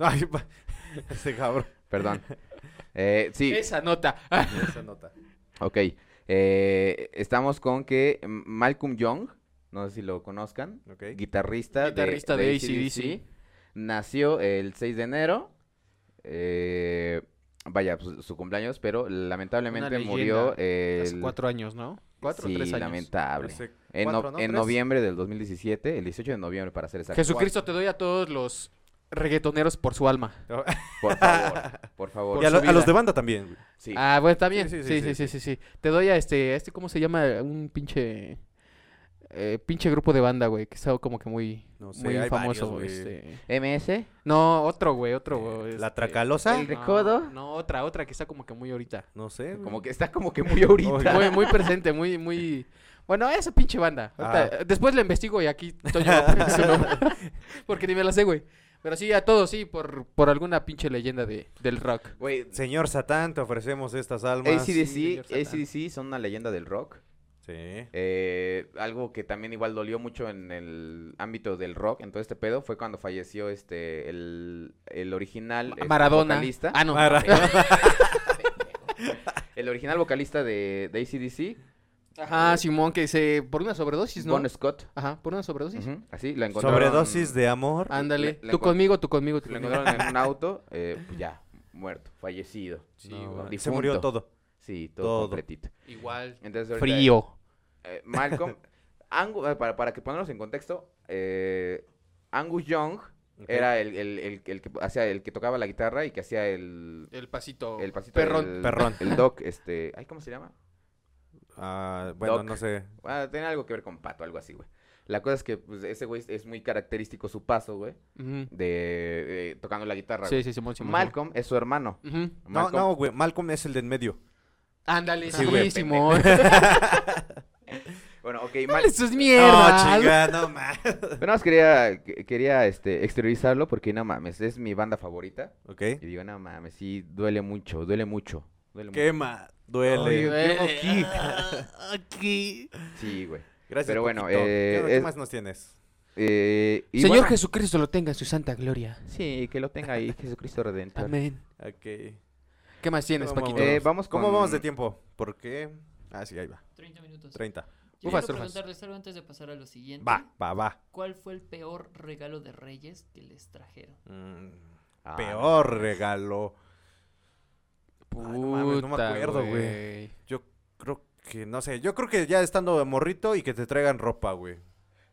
Speaker 3: Ay, pa- [laughs] ese cabrón.
Speaker 2: perdón. Eh, sí,
Speaker 4: Esa [laughs] nota.
Speaker 3: Esa nota.
Speaker 2: ok. Eh, estamos con que M- Malcolm Young, no sé si lo conozcan,
Speaker 3: ¿Ok?
Speaker 2: guitarrista,
Speaker 4: Guitarrista de AC/DC.
Speaker 2: nació el 6 de enero. eh, vaya, su, su cumpleaños, pero lamentablemente
Speaker 4: leyenda.
Speaker 2: murió
Speaker 4: Hace
Speaker 2: el-
Speaker 4: cuatro años, ¿no? Cuatro
Speaker 2: sí,
Speaker 4: o tres años.
Speaker 2: lamentable.
Speaker 3: Ese-
Speaker 2: En, no-
Speaker 3: cuatro, ¿no?
Speaker 2: en
Speaker 3: ¿Tres?
Speaker 2: noviembre del 2017, el 18 de noviembre para ser exacto.
Speaker 4: Jesucristo, te doy a todos los reggaetoneros por su alma.
Speaker 2: Por favor,
Speaker 4: [laughs]
Speaker 2: por favor.
Speaker 3: Y a, lo-
Speaker 4: su
Speaker 3: a los
Speaker 4: vida.
Speaker 3: de banda también. güey.
Speaker 2: Sí.
Speaker 4: Ah, bueno, está bien.
Speaker 3: Sí, sí,
Speaker 4: Sí sí sí,
Speaker 3: sí,
Speaker 4: sí, sí. Te doy a este, a este, ¿cómo se llama? Un pinche... eh, pinche grupo de banda, güey, que está como que muy,
Speaker 3: No sé,
Speaker 4: muy
Speaker 3: hay
Speaker 4: famoso.
Speaker 3: varios, güey.
Speaker 4: este.
Speaker 2: MS,
Speaker 4: No, otro, güey, otro. güey,
Speaker 3: Eh, La
Speaker 4: este,
Speaker 3: Tracalosa.
Speaker 2: el-
Speaker 4: no,
Speaker 2: recodo.
Speaker 4: No, otra, otra que está como que
Speaker 2: [laughs]
Speaker 4: muy ahorita.
Speaker 3: No sé.
Speaker 4: Em.
Speaker 3: güey.
Speaker 2: como que está como que muy ahorita. [laughs]
Speaker 4: Muy, muy presente, muy, muy... Bueno, esa pinche banda. Ahorita,
Speaker 3: Ah.
Speaker 4: eh, Después la investigo y aquí Toño [laughs] va a poner su nombre, Porque ni me la sé, güey. Pero sí, a todos, sí, por, por alguna pinche leyenda de, del rock.
Speaker 2: Güey,
Speaker 3: Señor Satán, te ofrecemos estas almas.
Speaker 2: ACDC,
Speaker 4: Sí, señor Satán.
Speaker 2: AC/DC son una leyenda del rock.
Speaker 3: Sí.
Speaker 2: Eh, algo que también igual dolió mucho en el ámbito del rock, en todo este pedo, fue cuando falleció este el, el original este,
Speaker 4: Maradona.
Speaker 2: vocalista.
Speaker 4: Ah, no.
Speaker 3: Mara-
Speaker 2: El original vocalista de, de ACDC,
Speaker 4: Ajá, Simón, que se... Por una sobredosis, ¿no?
Speaker 2: Bon Scott.
Speaker 4: Ajá, por una sobredosis.
Speaker 2: Ujú, Así, la encontraron.
Speaker 3: Sobredosis de amor.
Speaker 4: Ándale.
Speaker 2: Le- le
Speaker 4: tú
Speaker 2: encon-
Speaker 4: conmigo, tú conmigo, tú
Speaker 2: Lo
Speaker 4: conmigo.
Speaker 2: encontraron en un auto, eh, pues ya, muerto, fallecido.
Speaker 3: Sí,
Speaker 4: No,
Speaker 3: güey.
Speaker 2: güey.
Speaker 3: se murió
Speaker 2: Difunto.
Speaker 3: todo.
Speaker 2: Sí, todo,
Speaker 3: Todo.
Speaker 2: completito.
Speaker 4: Igual.
Speaker 2: Entonces, ahorita,
Speaker 4: Frío.
Speaker 2: eh,
Speaker 4: [laughs]
Speaker 2: Malcolm, Angu- eh, para, para que ponernos en contexto, eh, Angus Young
Speaker 3: Ok.
Speaker 2: era el, el- el- el que hacía el que tocaba la guitarra y que hacía el,
Speaker 4: El pasito.
Speaker 2: el pasito
Speaker 4: Perrón.
Speaker 2: del-
Speaker 3: perrón.
Speaker 2: el doc, este, ay, ¿cómo se llama?
Speaker 3: Ah, bueno,
Speaker 2: Doc.
Speaker 3: no sé.
Speaker 2: Ah, tiene algo que ver con pato, algo así, güey. La cosa es que pues, ese güey es- es muy característico su paso, güey,
Speaker 4: Ujú.
Speaker 2: de eh, tocando la guitarra.
Speaker 4: Sí,
Speaker 2: güey.
Speaker 4: sí, Simón, Simón.
Speaker 2: Malcolm es su hermano.
Speaker 4: Simón. Ujú.
Speaker 3: No,
Speaker 2: Malcolm-
Speaker 3: no, güey. Malcolm es el de en medio.
Speaker 4: Ándale,
Speaker 3: Sí,
Speaker 4: sí,
Speaker 3: güey,
Speaker 4: Simón.
Speaker 2: Bueno, ok, Mal-
Speaker 4: Dale sus mierdas.
Speaker 3: No, Ah, chinga, no más.
Speaker 2: Pero nada más quería, que- quería este, exteriorizarlo porque no mames, es mi banda favorita.
Speaker 3: Ok.
Speaker 2: Y digo, no mames, sí, duele mucho, duele mucho. Duele
Speaker 3: Quema.
Speaker 2: mucho.
Speaker 3: Duele. Ah,
Speaker 2: Ay,
Speaker 4: duele.
Speaker 2: tengo aquí.
Speaker 4: Aquí.
Speaker 2: Sí, güey.
Speaker 3: Gracias.
Speaker 2: Pero bueno,
Speaker 3: Paquito. ¿Qué,
Speaker 2: eh,
Speaker 3: qué
Speaker 2: es-
Speaker 3: más nos tienes?
Speaker 2: Eh, y
Speaker 4: Señor
Speaker 2: bueno,
Speaker 4: Jesucristo lo tenga en su santa gloria.
Speaker 2: Sí, que lo tenga ahí, Jesucristo Redentor.
Speaker 4: Amén.
Speaker 3: Ok.
Speaker 4: ¿Qué más tienes,
Speaker 3: ¿Cómo
Speaker 4: Paquito?
Speaker 2: Eh, vamos
Speaker 3: ¿Cómo
Speaker 2: con-
Speaker 3: vamos de tiempo? ¿Por qué? Ah, sí, ahí va.
Speaker 5: 30 minutos.
Speaker 3: 30.
Speaker 5: Yo
Speaker 4: Ufas,
Speaker 5: quiero
Speaker 4: ufas.
Speaker 5: preguntarles algo antes de pasar a lo siguiente.
Speaker 3: Va, va, va.
Speaker 5: ¿Cuál fue el peor regalo de Reyes que les trajeron?
Speaker 3: Mm,
Speaker 2: Ah,
Speaker 3: peor regalo.
Speaker 4: Puta,
Speaker 3: Eh, Ay, no mames, no me acuerdo, güey. Yo creo que, no sé, yo creo que ya estando de morrito y que te traigan ropa, güey.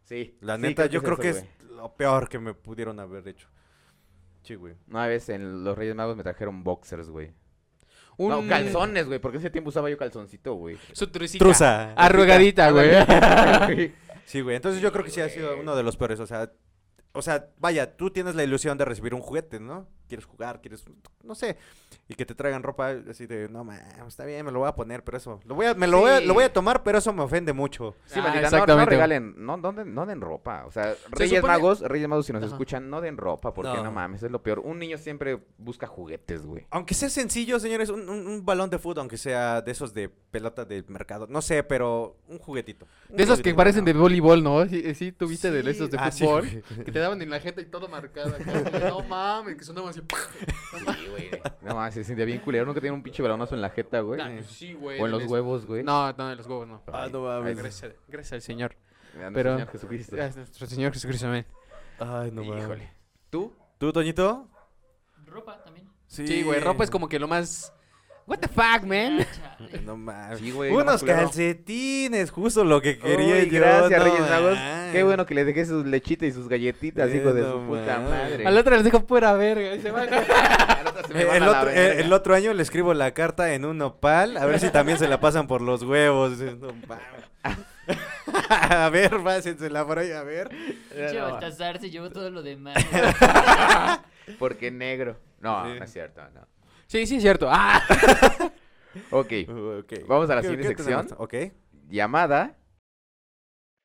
Speaker 2: Sí.
Speaker 3: La
Speaker 2: sí,
Speaker 3: neta, yo creo que
Speaker 2: eso,
Speaker 3: es lo peor que me pudieron haber hecho. Sí, güey.
Speaker 2: güey. Una vez en los Reyes Magos me trajeron boxers, güey.
Speaker 4: Un
Speaker 2: No, calzones, güey, porque ese tiempo usaba yo calzoncito, güey.
Speaker 4: Su trucita.
Speaker 3: Truza.
Speaker 4: Ah. Arrugadita, güey.
Speaker 3: Sí, güey. Entonces yo creo que sí ha sido uno de los peores. O sea, o sea, vaya, tú tienes la ilusión de recibir un juguete, ¿no? quieres jugar, quieres, no sé, y que te traigan ropa así de, no, mames, está bien, me lo voy a poner, pero eso, lo voy a, me lo, voy a, lo voy a tomar, pero eso me ofende mucho.
Speaker 2: Sí,
Speaker 4: Ah,
Speaker 2: maldita, no- no,
Speaker 4: exactamente.
Speaker 2: regalen, no, no, den, no den ropa. O sea, Reyes
Speaker 4: supone-
Speaker 2: Magos, Reyes Magos, si nos
Speaker 4: Ajá.
Speaker 2: escuchan, no den ropa, porque no.
Speaker 3: No.
Speaker 2: mames, es lo peor. Un niño siempre busca juguetes, güey.
Speaker 3: Aunque sea sencillo, señores, un, un- un balón de fútbol, aunque sea de esos de pelota del mercado, no sé, pero un juguetito. un
Speaker 4: [laughs] De esos que
Speaker 3: juguetito.
Speaker 4: parecen de voleibol, ¿no? Sí, eh, sí, tuviste de
Speaker 3: Sí,
Speaker 4: esos de
Speaker 3: ah, sí,
Speaker 4: fútbol.
Speaker 3: güey.
Speaker 4: que te daban en la jeta y todo [laughs] marcado. acá. No mames, que sonaban así.
Speaker 2: Sí, güey. [laughs] No mames, se sentía bien culero. Nunca tiene un pinche balonazo en la jeta, güey.
Speaker 4: Ah, Sí, güey.
Speaker 2: o en los
Speaker 4: les-
Speaker 2: huevos, güey.
Speaker 4: No, no, en los huevos no.
Speaker 3: Ah, no
Speaker 2: Ay,
Speaker 3: mames.
Speaker 4: Gracias, gracias al Señor.
Speaker 2: pero...
Speaker 4: pero-
Speaker 2: Señor Jesucristo.
Speaker 4: Gracias a nuestro Señor Jesucristo, amén.
Speaker 3: Ay, no mames.
Speaker 2: Híjole. ¿Tú?
Speaker 3: ¿Tú, Toñito?
Speaker 5: Ropa también.
Speaker 4: Sí, güey, ropa es como que lo más... What the fuck, man?
Speaker 5: Ah, chale.
Speaker 3: No mames.
Speaker 2: Sí, güey.
Speaker 3: Unos
Speaker 2: calcetines
Speaker 3: calcetines, justo lo que quería
Speaker 2: Uy,
Speaker 3: yo.
Speaker 2: Gracias,
Speaker 3: no
Speaker 2: Reyes Magos.
Speaker 3: mames.
Speaker 2: Qué bueno que le dejé sus lechitas y sus galletitas,
Speaker 3: Eh,
Speaker 2: hijo de
Speaker 3: no
Speaker 2: su puta
Speaker 3: mames.
Speaker 2: madre.
Speaker 4: Al otro les dejo pura verga. y se van.
Speaker 3: Eh, El otro, eh, el otro año le escribo la carta en un nopal, a ver si también se la pasan por los huevos. No mames. [laughs] a ver, pásensela por ahí, a ver.
Speaker 5: Pinche Baltasar se llevó todo lo demás.
Speaker 2: Porque negro. No,
Speaker 3: Sí.
Speaker 2: no es cierto, no.
Speaker 4: Sí, sí, es cierto. ¡Ah!
Speaker 2: Ok,
Speaker 3: Okay.
Speaker 2: Vamos a la
Speaker 3: Uh, ¿Qué-
Speaker 2: siguiente
Speaker 3: qué tenemos?
Speaker 2: sección.
Speaker 3: Ok.
Speaker 2: llamada.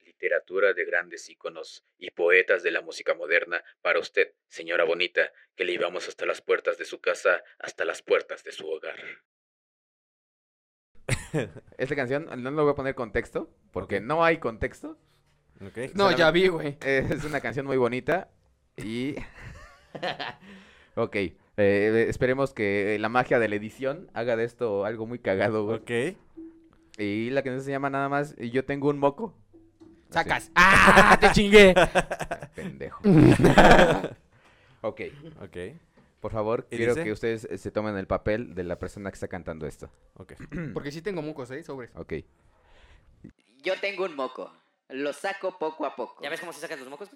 Speaker 1: literatura de grandes íconos y poetas de la música moderna para usted, señora bonita, que le llevamos hasta las puertas de su casa, hasta las puertas de su hogar.
Speaker 2: [laughs] Esta canción no le voy a poner contexto, porque
Speaker 3: Ok.
Speaker 2: no hay contexto. [laughs]
Speaker 3: ok.
Speaker 4: [laughs] No, ya vi, [laughs] güey.
Speaker 2: Eh, Es una canción muy bonita y... [laughs] ok, eh, esperemos que la magia de la edición haga de esto algo muy cagado, güey.
Speaker 3: Ok.
Speaker 2: Y la canción se llama nada más Y Yo Tengo Un Moco. Así,
Speaker 4: Sacas. [laughs] ¡Ah! ¡Te chingué!
Speaker 2: [laughs]
Speaker 4: [laughs]
Speaker 2: pendejo. ok,
Speaker 3: Ok.
Speaker 2: por favor,
Speaker 3: ¿Y
Speaker 2: quiero
Speaker 3: dice?
Speaker 2: que ustedes eh, se tomen el papel de la persona que está cantando esto.
Speaker 3: Ok.
Speaker 4: Porque sí tengo mucos, ¿eh? Sobres. [laughs]
Speaker 2: Ok.
Speaker 6: Yo tengo un moco. Lo saco poco a poco.
Speaker 7: ¿Ya ves cómo se sacan los mocos?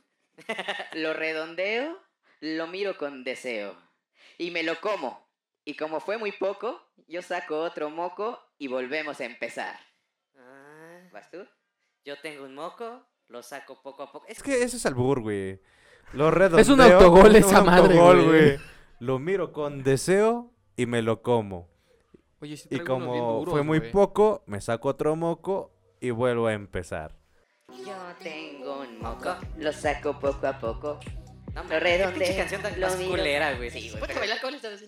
Speaker 6: Lo redondeo, lo miro con deseo. Y me lo como. Y como fue muy poco, yo saco otro moco y volvemos a empezar.
Speaker 7: Ah,
Speaker 6: ¿Vas tú?
Speaker 7: yo tengo un moco, lo saco poco a poco.
Speaker 3: Es que eso es albur, güey. Lo redondeo.
Speaker 4: Es un autogol
Speaker 3: es
Speaker 4: esa
Speaker 3: un
Speaker 4: madre,
Speaker 3: autogol,
Speaker 4: güey.
Speaker 3: Lo miro con deseo y me lo como.
Speaker 4: Oye, sí
Speaker 3: Y
Speaker 4: traigo unos bien
Speaker 3: como
Speaker 4: duros,
Speaker 3: fue muy
Speaker 4: güey.
Speaker 3: poco, me saco otro moco y vuelvo a empezar.
Speaker 6: Yo tengo un moco. Lo saco poco a poco.
Speaker 7: No,
Speaker 6: Lo
Speaker 7: qué
Speaker 6: redondeo.
Speaker 7: pinche canción tan
Speaker 6: lo
Speaker 7: más
Speaker 6: miro-
Speaker 7: culera, güey.
Speaker 6: Sí, güey.
Speaker 7: Ponte
Speaker 6: pero-
Speaker 7: a bailar con esta vez.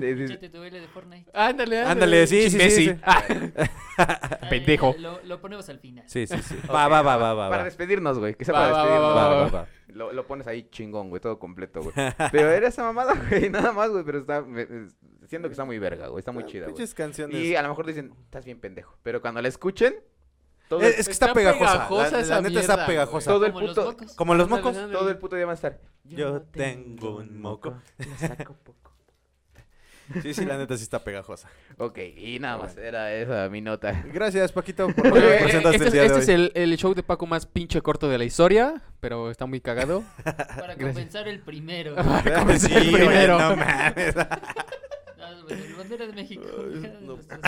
Speaker 5: Échate tu baile de Fortnite.
Speaker 4: Ándale, ándale.
Speaker 3: Ándale, sí, sí,
Speaker 4: [laughs]
Speaker 3: sí,
Speaker 4: Imbécil.
Speaker 3: sí.
Speaker 4: Ah,
Speaker 5: Dale,
Speaker 4: [laughs] Pendejo.
Speaker 5: Lo, lo ponemos al final.
Speaker 3: Sí, sí, sí. [laughs] Va, va, va, va,
Speaker 2: [laughs]
Speaker 3: va.
Speaker 2: Para
Speaker 3: va.
Speaker 2: despedirnos, güey. Que sea
Speaker 4: Va,
Speaker 2: para
Speaker 4: va, va,
Speaker 2: despedirnos.
Speaker 4: va,
Speaker 3: Va,
Speaker 4: va,
Speaker 3: va, va.
Speaker 2: Lo, lo pones ahí chingón, güey, todo completo,
Speaker 4: [laughs]
Speaker 2: güey. Pero era esa mamada, güey, [laughs] nada más, güey, pero está, me- me- siento que está muy verga, güey, está muy chida, güey.
Speaker 3: Pinches canciones.
Speaker 2: Y a lo mejor dicen, estás bien pendejo, pero cuando la escuchen, todo,
Speaker 3: Es,
Speaker 2: el-
Speaker 3: es que está,
Speaker 4: Está
Speaker 3: pegajosa.
Speaker 4: pegajosa
Speaker 3: la,
Speaker 4: esa
Speaker 3: la neta
Speaker 4: mierda,
Speaker 3: está pegajosa.
Speaker 2: todo el
Speaker 5: Como los
Speaker 2: puto,
Speaker 5: mocos.
Speaker 3: Como los
Speaker 4: Ándale,
Speaker 3: mocos.
Speaker 4: ándale.
Speaker 2: todo el puto día van a estar.
Speaker 3: Yo tengo un [laughs] moco. Sí, sí, la neta sí está pegajosa.
Speaker 2: Ok, y nada más, era esa mi nota.
Speaker 3: Gracias, Paquito, [laughs] por lo que
Speaker 4: Oye,
Speaker 3: me
Speaker 4: eh,
Speaker 3: presentaste
Speaker 4: este
Speaker 3: el
Speaker 4: es,
Speaker 3: día de
Speaker 4: este
Speaker 3: hoy.
Speaker 4: es el, el show de Paco más pinche corto de la historia, pero está
Speaker 3: [laughs]
Speaker 4: muy cagado.
Speaker 5: Para
Speaker 4: Gracias.
Speaker 5: compensar el primero.
Speaker 4: comenzar
Speaker 3: Sí, güey,
Speaker 4: primero.
Speaker 3: no mames.
Speaker 5: Ah, bueno, el bandera de México. hija de nuestros-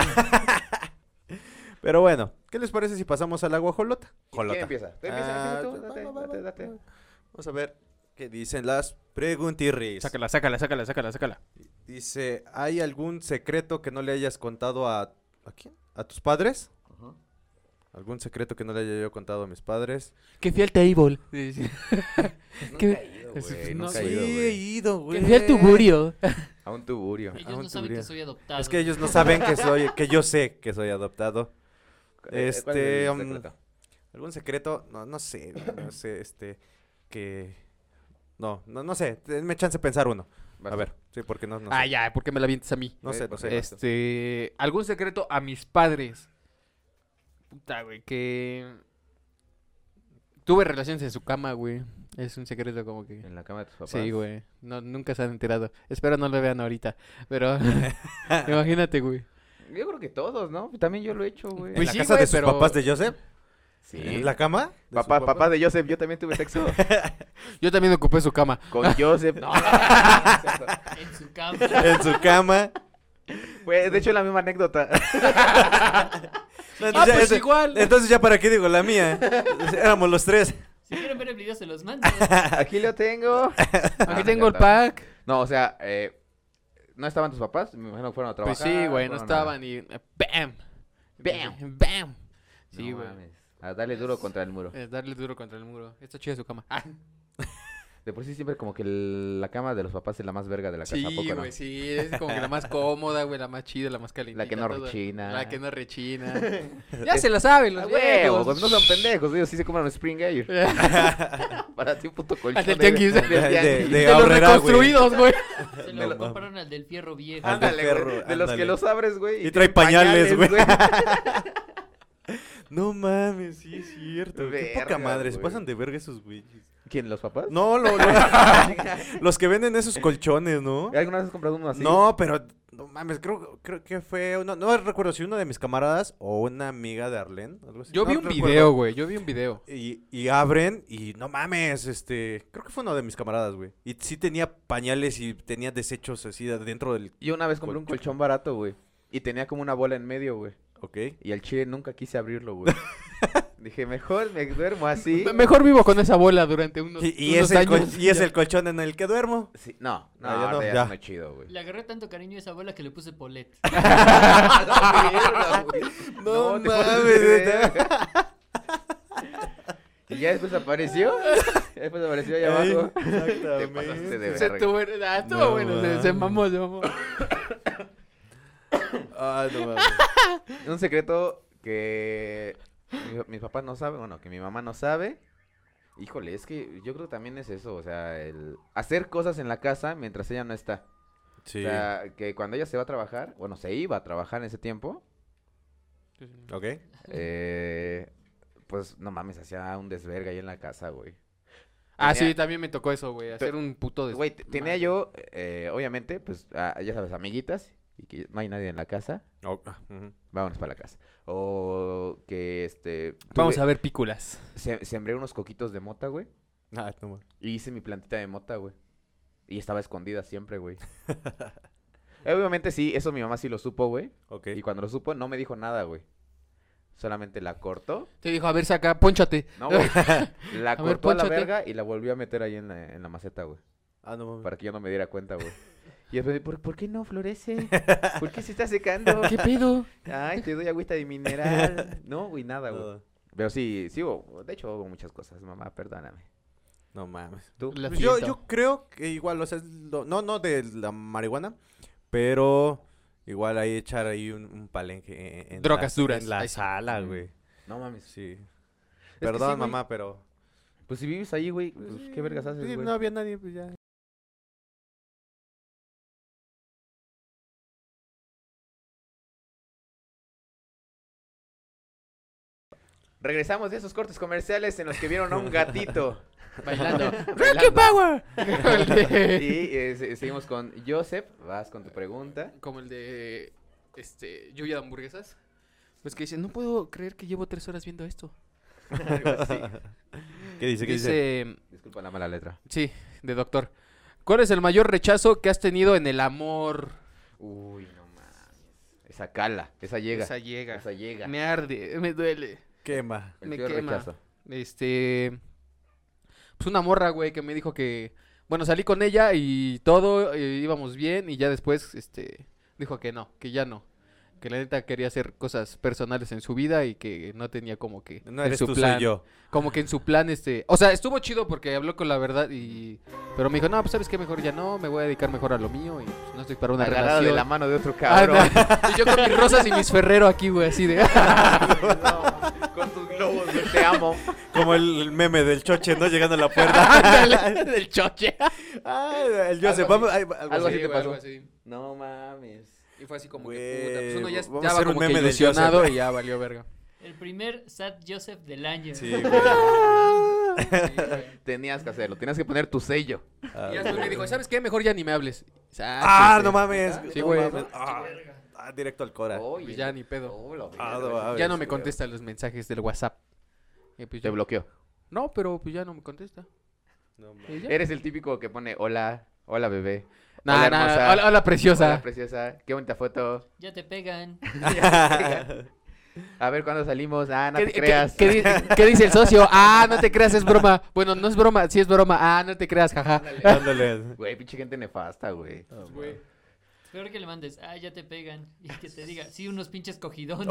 Speaker 3: [laughs] Pero bueno, ¿qué les parece si pasamos al agua jolota?
Speaker 2: ¿Quién
Speaker 3: Jolota.
Speaker 2: empieza? ¿Tú empiezas?
Speaker 3: Ah,
Speaker 2: empieza tú?
Speaker 3: va,
Speaker 2: Date,
Speaker 3: va, va,
Speaker 2: date,
Speaker 3: va.
Speaker 2: date.
Speaker 3: Vamos a ver qué dicen las preguntirris.
Speaker 4: sácala, sácala, sácala, sácala, sácala.
Speaker 3: Dice, ¿hay algún secreto que no le hayas contado a... ¿A quién? ¿A tus padres? ¿Algún secreto que no le haya yo contado a mis padres?
Speaker 4: Que fui al table.
Speaker 2: Nunca
Speaker 4: ¿Qué?
Speaker 2: he ido, güey,
Speaker 4: Sí,
Speaker 2: nunca he
Speaker 3: sí,
Speaker 2: ido,
Speaker 3: he
Speaker 2: güey.
Speaker 3: ido, güey.
Speaker 4: Que fui al tuburio.
Speaker 2: A un tuburio.
Speaker 5: Ellos
Speaker 3: Aún
Speaker 5: no saben
Speaker 3: tubería.
Speaker 5: que soy adoptado.
Speaker 3: Ah, Es que ellos no saben que soy, que yo sé que soy adoptado.
Speaker 2: Eh, ¿cuál es
Speaker 3: Este,
Speaker 2: el
Speaker 3: um,
Speaker 2: secreto?
Speaker 3: ¿Algún secreto? No, no sé, güey, no sé, este, que... No, no, no sé, me chance de pensar uno.
Speaker 2: Vas
Speaker 3: A
Speaker 2: tú.
Speaker 3: ver, sí, porque no, no sé.
Speaker 4: Ah, ya, ¿por qué me la vientes a mí?
Speaker 3: No
Speaker 2: Eh,
Speaker 3: sé, no
Speaker 2: pues,
Speaker 3: sé.
Speaker 2: eh,
Speaker 4: Este, algún secreto a mis padres. Puta, güey, que tuve relaciones en su cama, güey. Es un secreto como que
Speaker 2: En la cama de tus papás.
Speaker 4: Sí, güey. No, nunca se han enterado. Espero no lo vean ahorita.
Speaker 2: [laughs]
Speaker 4: Pero [laughs] imagínate, güey.
Speaker 2: Yo creo que todos, ¿no? También yo lo he hecho, güey.
Speaker 3: ¿En
Speaker 4: Pues
Speaker 3: la
Speaker 4: sí,
Speaker 3: casa
Speaker 4: güey,
Speaker 3: de sus
Speaker 4: pero-
Speaker 3: papás de Joseph?
Speaker 2: Sí.
Speaker 3: ¿En la cama? de su
Speaker 2: Papá, papá de Joseph, yo también tuve [laughs] sexo
Speaker 4: Yo también ocupé su cama.
Speaker 2: con Joseph. No, no, no, [laughs] es cierto.
Speaker 5: En su cama.
Speaker 3: [laughs] En su cama.
Speaker 2: Ah, Pues, de hecho, la misma anécdota.
Speaker 3: No,
Speaker 4: Ah,
Speaker 3: entonces ya-
Speaker 4: pues
Speaker 3: ese-
Speaker 4: igual.
Speaker 3: Entonces ya para qué digo la mía. [laughs] Éramos los tres.
Speaker 5: Si quieren ver el video, se los
Speaker 3: [laughs]
Speaker 5: mando.
Speaker 2: [laughs] Aquí lo tengo.
Speaker 4: Aquí tengo el pack.
Speaker 2: Ah, No, o sea, eh, ¿no estaban tus papás? Me imagino que fueron a trabajar.
Speaker 4: Pues sí, güey,
Speaker 2: fueron
Speaker 4: no
Speaker 2: a-
Speaker 4: estaban y... eh, ¡Bam! ¡Bam!
Speaker 2: Bam.
Speaker 4: ¡Bam!
Speaker 2: No
Speaker 4: Sí, güey.
Speaker 2: mames. A darle duro contra el muro.
Speaker 4: Es darle duro contra el muro. Está chida su cama. Ah,
Speaker 2: De por sí siempre como que el- la cama de los papás es la más verga de la casa, ¿a
Speaker 4: sí,
Speaker 2: poco
Speaker 4: güey,
Speaker 2: no?
Speaker 4: sí. Es como que
Speaker 2: [laughs]
Speaker 4: la más cómoda, güey, la más chida, la más caliente.
Speaker 2: La que no rechina.
Speaker 4: La que
Speaker 2: [laughs]
Speaker 4: no rechina. ya se la saben
Speaker 2: Ah,
Speaker 4: los
Speaker 2: huevo,
Speaker 4: huevos.
Speaker 2: pues no son
Speaker 4: [laughs]
Speaker 2: pendejos, ellos sí se compran un Spring Air. [laughs] Para ti un puto colchón.
Speaker 4: Al del
Speaker 2: ahí de-
Speaker 4: tianguis.
Speaker 2: del
Speaker 4: De-
Speaker 3: de-
Speaker 2: tianguis.
Speaker 4: De los
Speaker 3: Ahorrera, güey.
Speaker 2: [laughs]
Speaker 4: reconstruidos, güey.
Speaker 5: Se
Speaker 3: No
Speaker 5: lo
Speaker 3: mames.
Speaker 5: compraron al del fierro viejo.
Speaker 3: Al del
Speaker 2: Ándale, güey,
Speaker 3: perro,
Speaker 2: de los
Speaker 3: ándale.
Speaker 2: que los abres, güey.
Speaker 3: Y trae pañales, [laughs] güey. No mames, sí es cierto. Qué poca
Speaker 2: Verga,
Speaker 3: madre, se
Speaker 2: güey.
Speaker 3: pasan de verga esos güeyes.
Speaker 2: ¿Quién, los papás?
Speaker 3: No, lo- [laughs] lo- los que venden esos colchones, ¿no?
Speaker 2: ¿Alguna vez has comprado uno así?
Speaker 3: No, pero no mames, creo, creo que fue uno, no recuerdo si uno de mis camaradas o una amiga de Arlene, algo así.
Speaker 4: Yo
Speaker 3: no
Speaker 4: vi un
Speaker 3: recuerdo.
Speaker 4: video, güey. Yo vi un video.
Speaker 3: Y, y abren y no mames, este, creo que fue uno de mis camaradas, güey. Y sí tenía pañales y tenía desechos así de- dentro del,
Speaker 2: Yo una vez compré un colchón barato, güey. Y tenía como una bola en medio, güey.
Speaker 3: ¿ok?
Speaker 2: Y al chile nunca quise abrirlo,
Speaker 3: [laughs]
Speaker 2: güey. Dije, mejor me duermo así.
Speaker 4: Me- Mejor vivo con esa bola durante unos,
Speaker 3: Y, y
Speaker 4: unos
Speaker 3: es el col-
Speaker 4: años.
Speaker 3: y es el colchón en el que duermo.
Speaker 2: Sí, no, no,
Speaker 3: Ah, ya no,
Speaker 2: ahorita ya,
Speaker 3: ya.
Speaker 2: no es chido, güey.
Speaker 5: Le agarré tanto cariño a esa abuela que le puse polet.
Speaker 2: La mierda, güey.
Speaker 3: No
Speaker 2: te pases
Speaker 3: mames,
Speaker 2: de
Speaker 3: neta.
Speaker 2: verga. Y ya después apareció. Ya después apareció allá
Speaker 3: Ay,
Speaker 2: abajo.
Speaker 3: exactamente.
Speaker 2: Te pasaste de
Speaker 4: [laughs] Se
Speaker 2: verga.
Speaker 4: tuvo- ah, estuvo
Speaker 3: No
Speaker 4: bueno, se, se
Speaker 3: mames.
Speaker 4: mamó, se mamó.
Speaker 2: Ah,
Speaker 3: Ay, no mames.
Speaker 2: Un secreto que mi- mis papás no saben, bueno, que mi mamá no sabe. Híjole, es que yo creo que también es eso, o sea, el hacer cosas en la casa mientras ella no está.
Speaker 3: [laughs] Sí.
Speaker 2: O sea, que cuando ella se va a trabajar, bueno, se iba a trabajar en ese tiempo,
Speaker 3: ¿Ok?
Speaker 2: eh, pues no mames, hacía un desverga ahí en la casa, güey.
Speaker 4: Ah,
Speaker 2: Tenía-
Speaker 4: sí, también me tocó eso, güey. Hacer un puto de.
Speaker 2: Güey, te- tenía yo, eh, obviamente, pues, ah, ya sabes, amiguitas, y que no hay nadie en la casa,
Speaker 3: Oh, ah, ujú.
Speaker 2: vámonos para la casa. O que, este...
Speaker 4: Vamos
Speaker 2: tuve-
Speaker 4: a ver pículas.
Speaker 2: se- sembré unos coquitos de mota, güey,
Speaker 3: Ah, no mames.
Speaker 2: y hice mi plantita de mota, güey. Y estaba escondida siempre,
Speaker 4: [laughs]
Speaker 2: güey. Eh, obviamente sí, eso mi mamá sí lo supo, güey.
Speaker 3: Ok.
Speaker 2: Y cuando lo supo, no me dijo nada, güey. Solamente la cortó.
Speaker 4: Te dijo, a ver, saca, ponchate. [laughs]
Speaker 2: No, güey. La
Speaker 4: A ver,
Speaker 2: cortó a la
Speaker 4: pónchate.
Speaker 2: verga y la volvió a meter ahí en la, en la maceta, güey.
Speaker 3: Ah, no mames.
Speaker 2: Para que yo no me diera cuenta, güey. Y después, ¿por, ¿por qué no florece? ¿Por qué se está secando?
Speaker 4: ¿Qué pedo?
Speaker 2: Ay, te doy agüita de mineral. No, güey, nada, güey.
Speaker 3: Nada.
Speaker 2: Pero sí, sí, hubo- de hecho hubo muchas cosas, mamá, perdóname.
Speaker 3: No mames.
Speaker 2: ¿Tú?
Speaker 4: La
Speaker 3: Pues yo,
Speaker 4: fiesta.
Speaker 3: yo creo que igual, o sea, es lo- no, no de la marihuana, pero igual ahí echar ahí un, un palenque en, en
Speaker 4: Drogas
Speaker 3: la,
Speaker 4: duras,
Speaker 3: en la
Speaker 4: ahí sí.
Speaker 3: sala,
Speaker 2: Mm.
Speaker 3: güey.
Speaker 2: No mames.
Speaker 3: Sí.
Speaker 2: que
Speaker 3: Perdón,
Speaker 2: sí, güey.
Speaker 3: mamá, pero.
Speaker 2: Pues si vives ahí, güey, pues,
Speaker 3: sí,
Speaker 2: ¿qué vergas haces,
Speaker 3: sí,
Speaker 2: güey?
Speaker 3: no había nadie, pues ya.
Speaker 2: Regresamos de esos cortes comerciales en los que vieron a un gatito.
Speaker 4: Bailando.
Speaker 2: bailando.
Speaker 4: Power! [laughs] Como el de.
Speaker 2: [laughs] Y eh, se- seguimos con Joseph. Vas con tu pregunta.
Speaker 4: Como el de. Este. Lluvia de hamburguesas. Pues que dice, no puedo creer que llevo tres horas viendo esto. [laughs] Algo así.
Speaker 3: ¿Qué dice? ¿Qué dice?
Speaker 4: Dice. mm,
Speaker 2: Disculpa la mala letra.
Speaker 4: Sí, de doctor. ¿Cuál es el mayor rechazo que has tenido en el amor?
Speaker 2: Uy, no mames. Esa cala, esa llega.
Speaker 4: Esa
Speaker 2: Esa
Speaker 4: llega.
Speaker 2: llega.
Speaker 4: Me arde, me duele.
Speaker 3: Quema.
Speaker 2: El
Speaker 4: me
Speaker 2: peor
Speaker 4: quema.
Speaker 2: rechazo.
Speaker 4: Este. Pues una morra, güey, que me dijo que. Bueno, salí con ella y todo, eh, íbamos bien. Y ya después, este. Dijo que no, que ya no. Que la neta quería hacer cosas personales en su vida y que no tenía como que.
Speaker 3: No
Speaker 4: en
Speaker 3: eres
Speaker 4: su
Speaker 3: tú,
Speaker 4: plan-
Speaker 3: soy yo.
Speaker 4: Como que en su plan, este. O sea, estuvo chido porque habló con la verdad y. Pero me dijo, no, pues sabes que mejor ya no, me voy a dedicar mejor a lo mío y pues, no estoy para una
Speaker 2: Agarrado de
Speaker 4: relación. [laughs] Ah,
Speaker 2: la mano de otro cabrón.
Speaker 4: Anda, y yo con mis rosas y mis Ferrero aquí, güey, así de. [laughs]
Speaker 2: No, [laughs] con tus globos, güey, te amo.
Speaker 3: Como el, el meme del choche, ¿no? Llegando a la [laughs] puerta.
Speaker 4: Ándale, del choche.
Speaker 3: Ay, Ah, el Joseph,
Speaker 4: Algo
Speaker 3: vamos. ay, algo
Speaker 2: Algo
Speaker 3: así.
Speaker 2: así te
Speaker 4: güey,
Speaker 2: pasó.
Speaker 4: algo así.
Speaker 2: No mames.
Speaker 4: Y fue así como que
Speaker 3: Güey,
Speaker 4: puta, pues uno ya,
Speaker 3: vamos a
Speaker 4: ya va
Speaker 3: hacer un
Speaker 4: como que
Speaker 3: meme del
Speaker 4: ilusionado
Speaker 3: Joseph.
Speaker 4: y ya valió verga.
Speaker 5: El primer Sad Joseph del año. [laughs]
Speaker 3: Sí, güey.
Speaker 2: Tenías que hacerlo, tenías que poner tu sello.
Speaker 4: Y ya después me dijo, ¿sabes qué? Mejor ya ni me hables. Y sa-
Speaker 3: Ah,
Speaker 4: sí,
Speaker 3: no
Speaker 4: sí.
Speaker 3: mames.
Speaker 4: Sí,
Speaker 3: no
Speaker 4: güey.
Speaker 3: mames. Ah, ah, directo al Cora.
Speaker 2: Oye.
Speaker 4: Pues ya ni pedo.
Speaker 2: Oh, la
Speaker 3: Ah, no
Speaker 2: verga.
Speaker 3: mames.
Speaker 4: Ya no me contesta los mensajes del WhatsApp. Y pues
Speaker 2: Te
Speaker 4: yo-
Speaker 2: bloqueó.
Speaker 4: No, pero pues ya no me contesta.
Speaker 3: No mames.
Speaker 4: Y ya.
Speaker 2: Eres el típico que pone hola, hola bebé.
Speaker 4: Nah, nah,
Speaker 2: hermosa.
Speaker 4: hola, hola, preciosa.
Speaker 2: Hola preciosa, qué bonita foto.
Speaker 5: Ya te pegan.
Speaker 2: A ver cuándo salimos. Ah, no
Speaker 4: ¿Qué,
Speaker 2: te
Speaker 4: qué-
Speaker 2: creas.
Speaker 4: qué
Speaker 2: [laughs]
Speaker 4: di- qué dice el socio? Ah, no te creas, es broma. Bueno, no es broma, sí es broma. Ah, no te creas, jaja.
Speaker 3: [laughs] Ándale.
Speaker 2: Güey, pinche gente nefasta, güey.
Speaker 4: Ah,
Speaker 5: Peor que le mandes, ah, ya te pegan. Y que te diga, sí, unos pinches cogidones.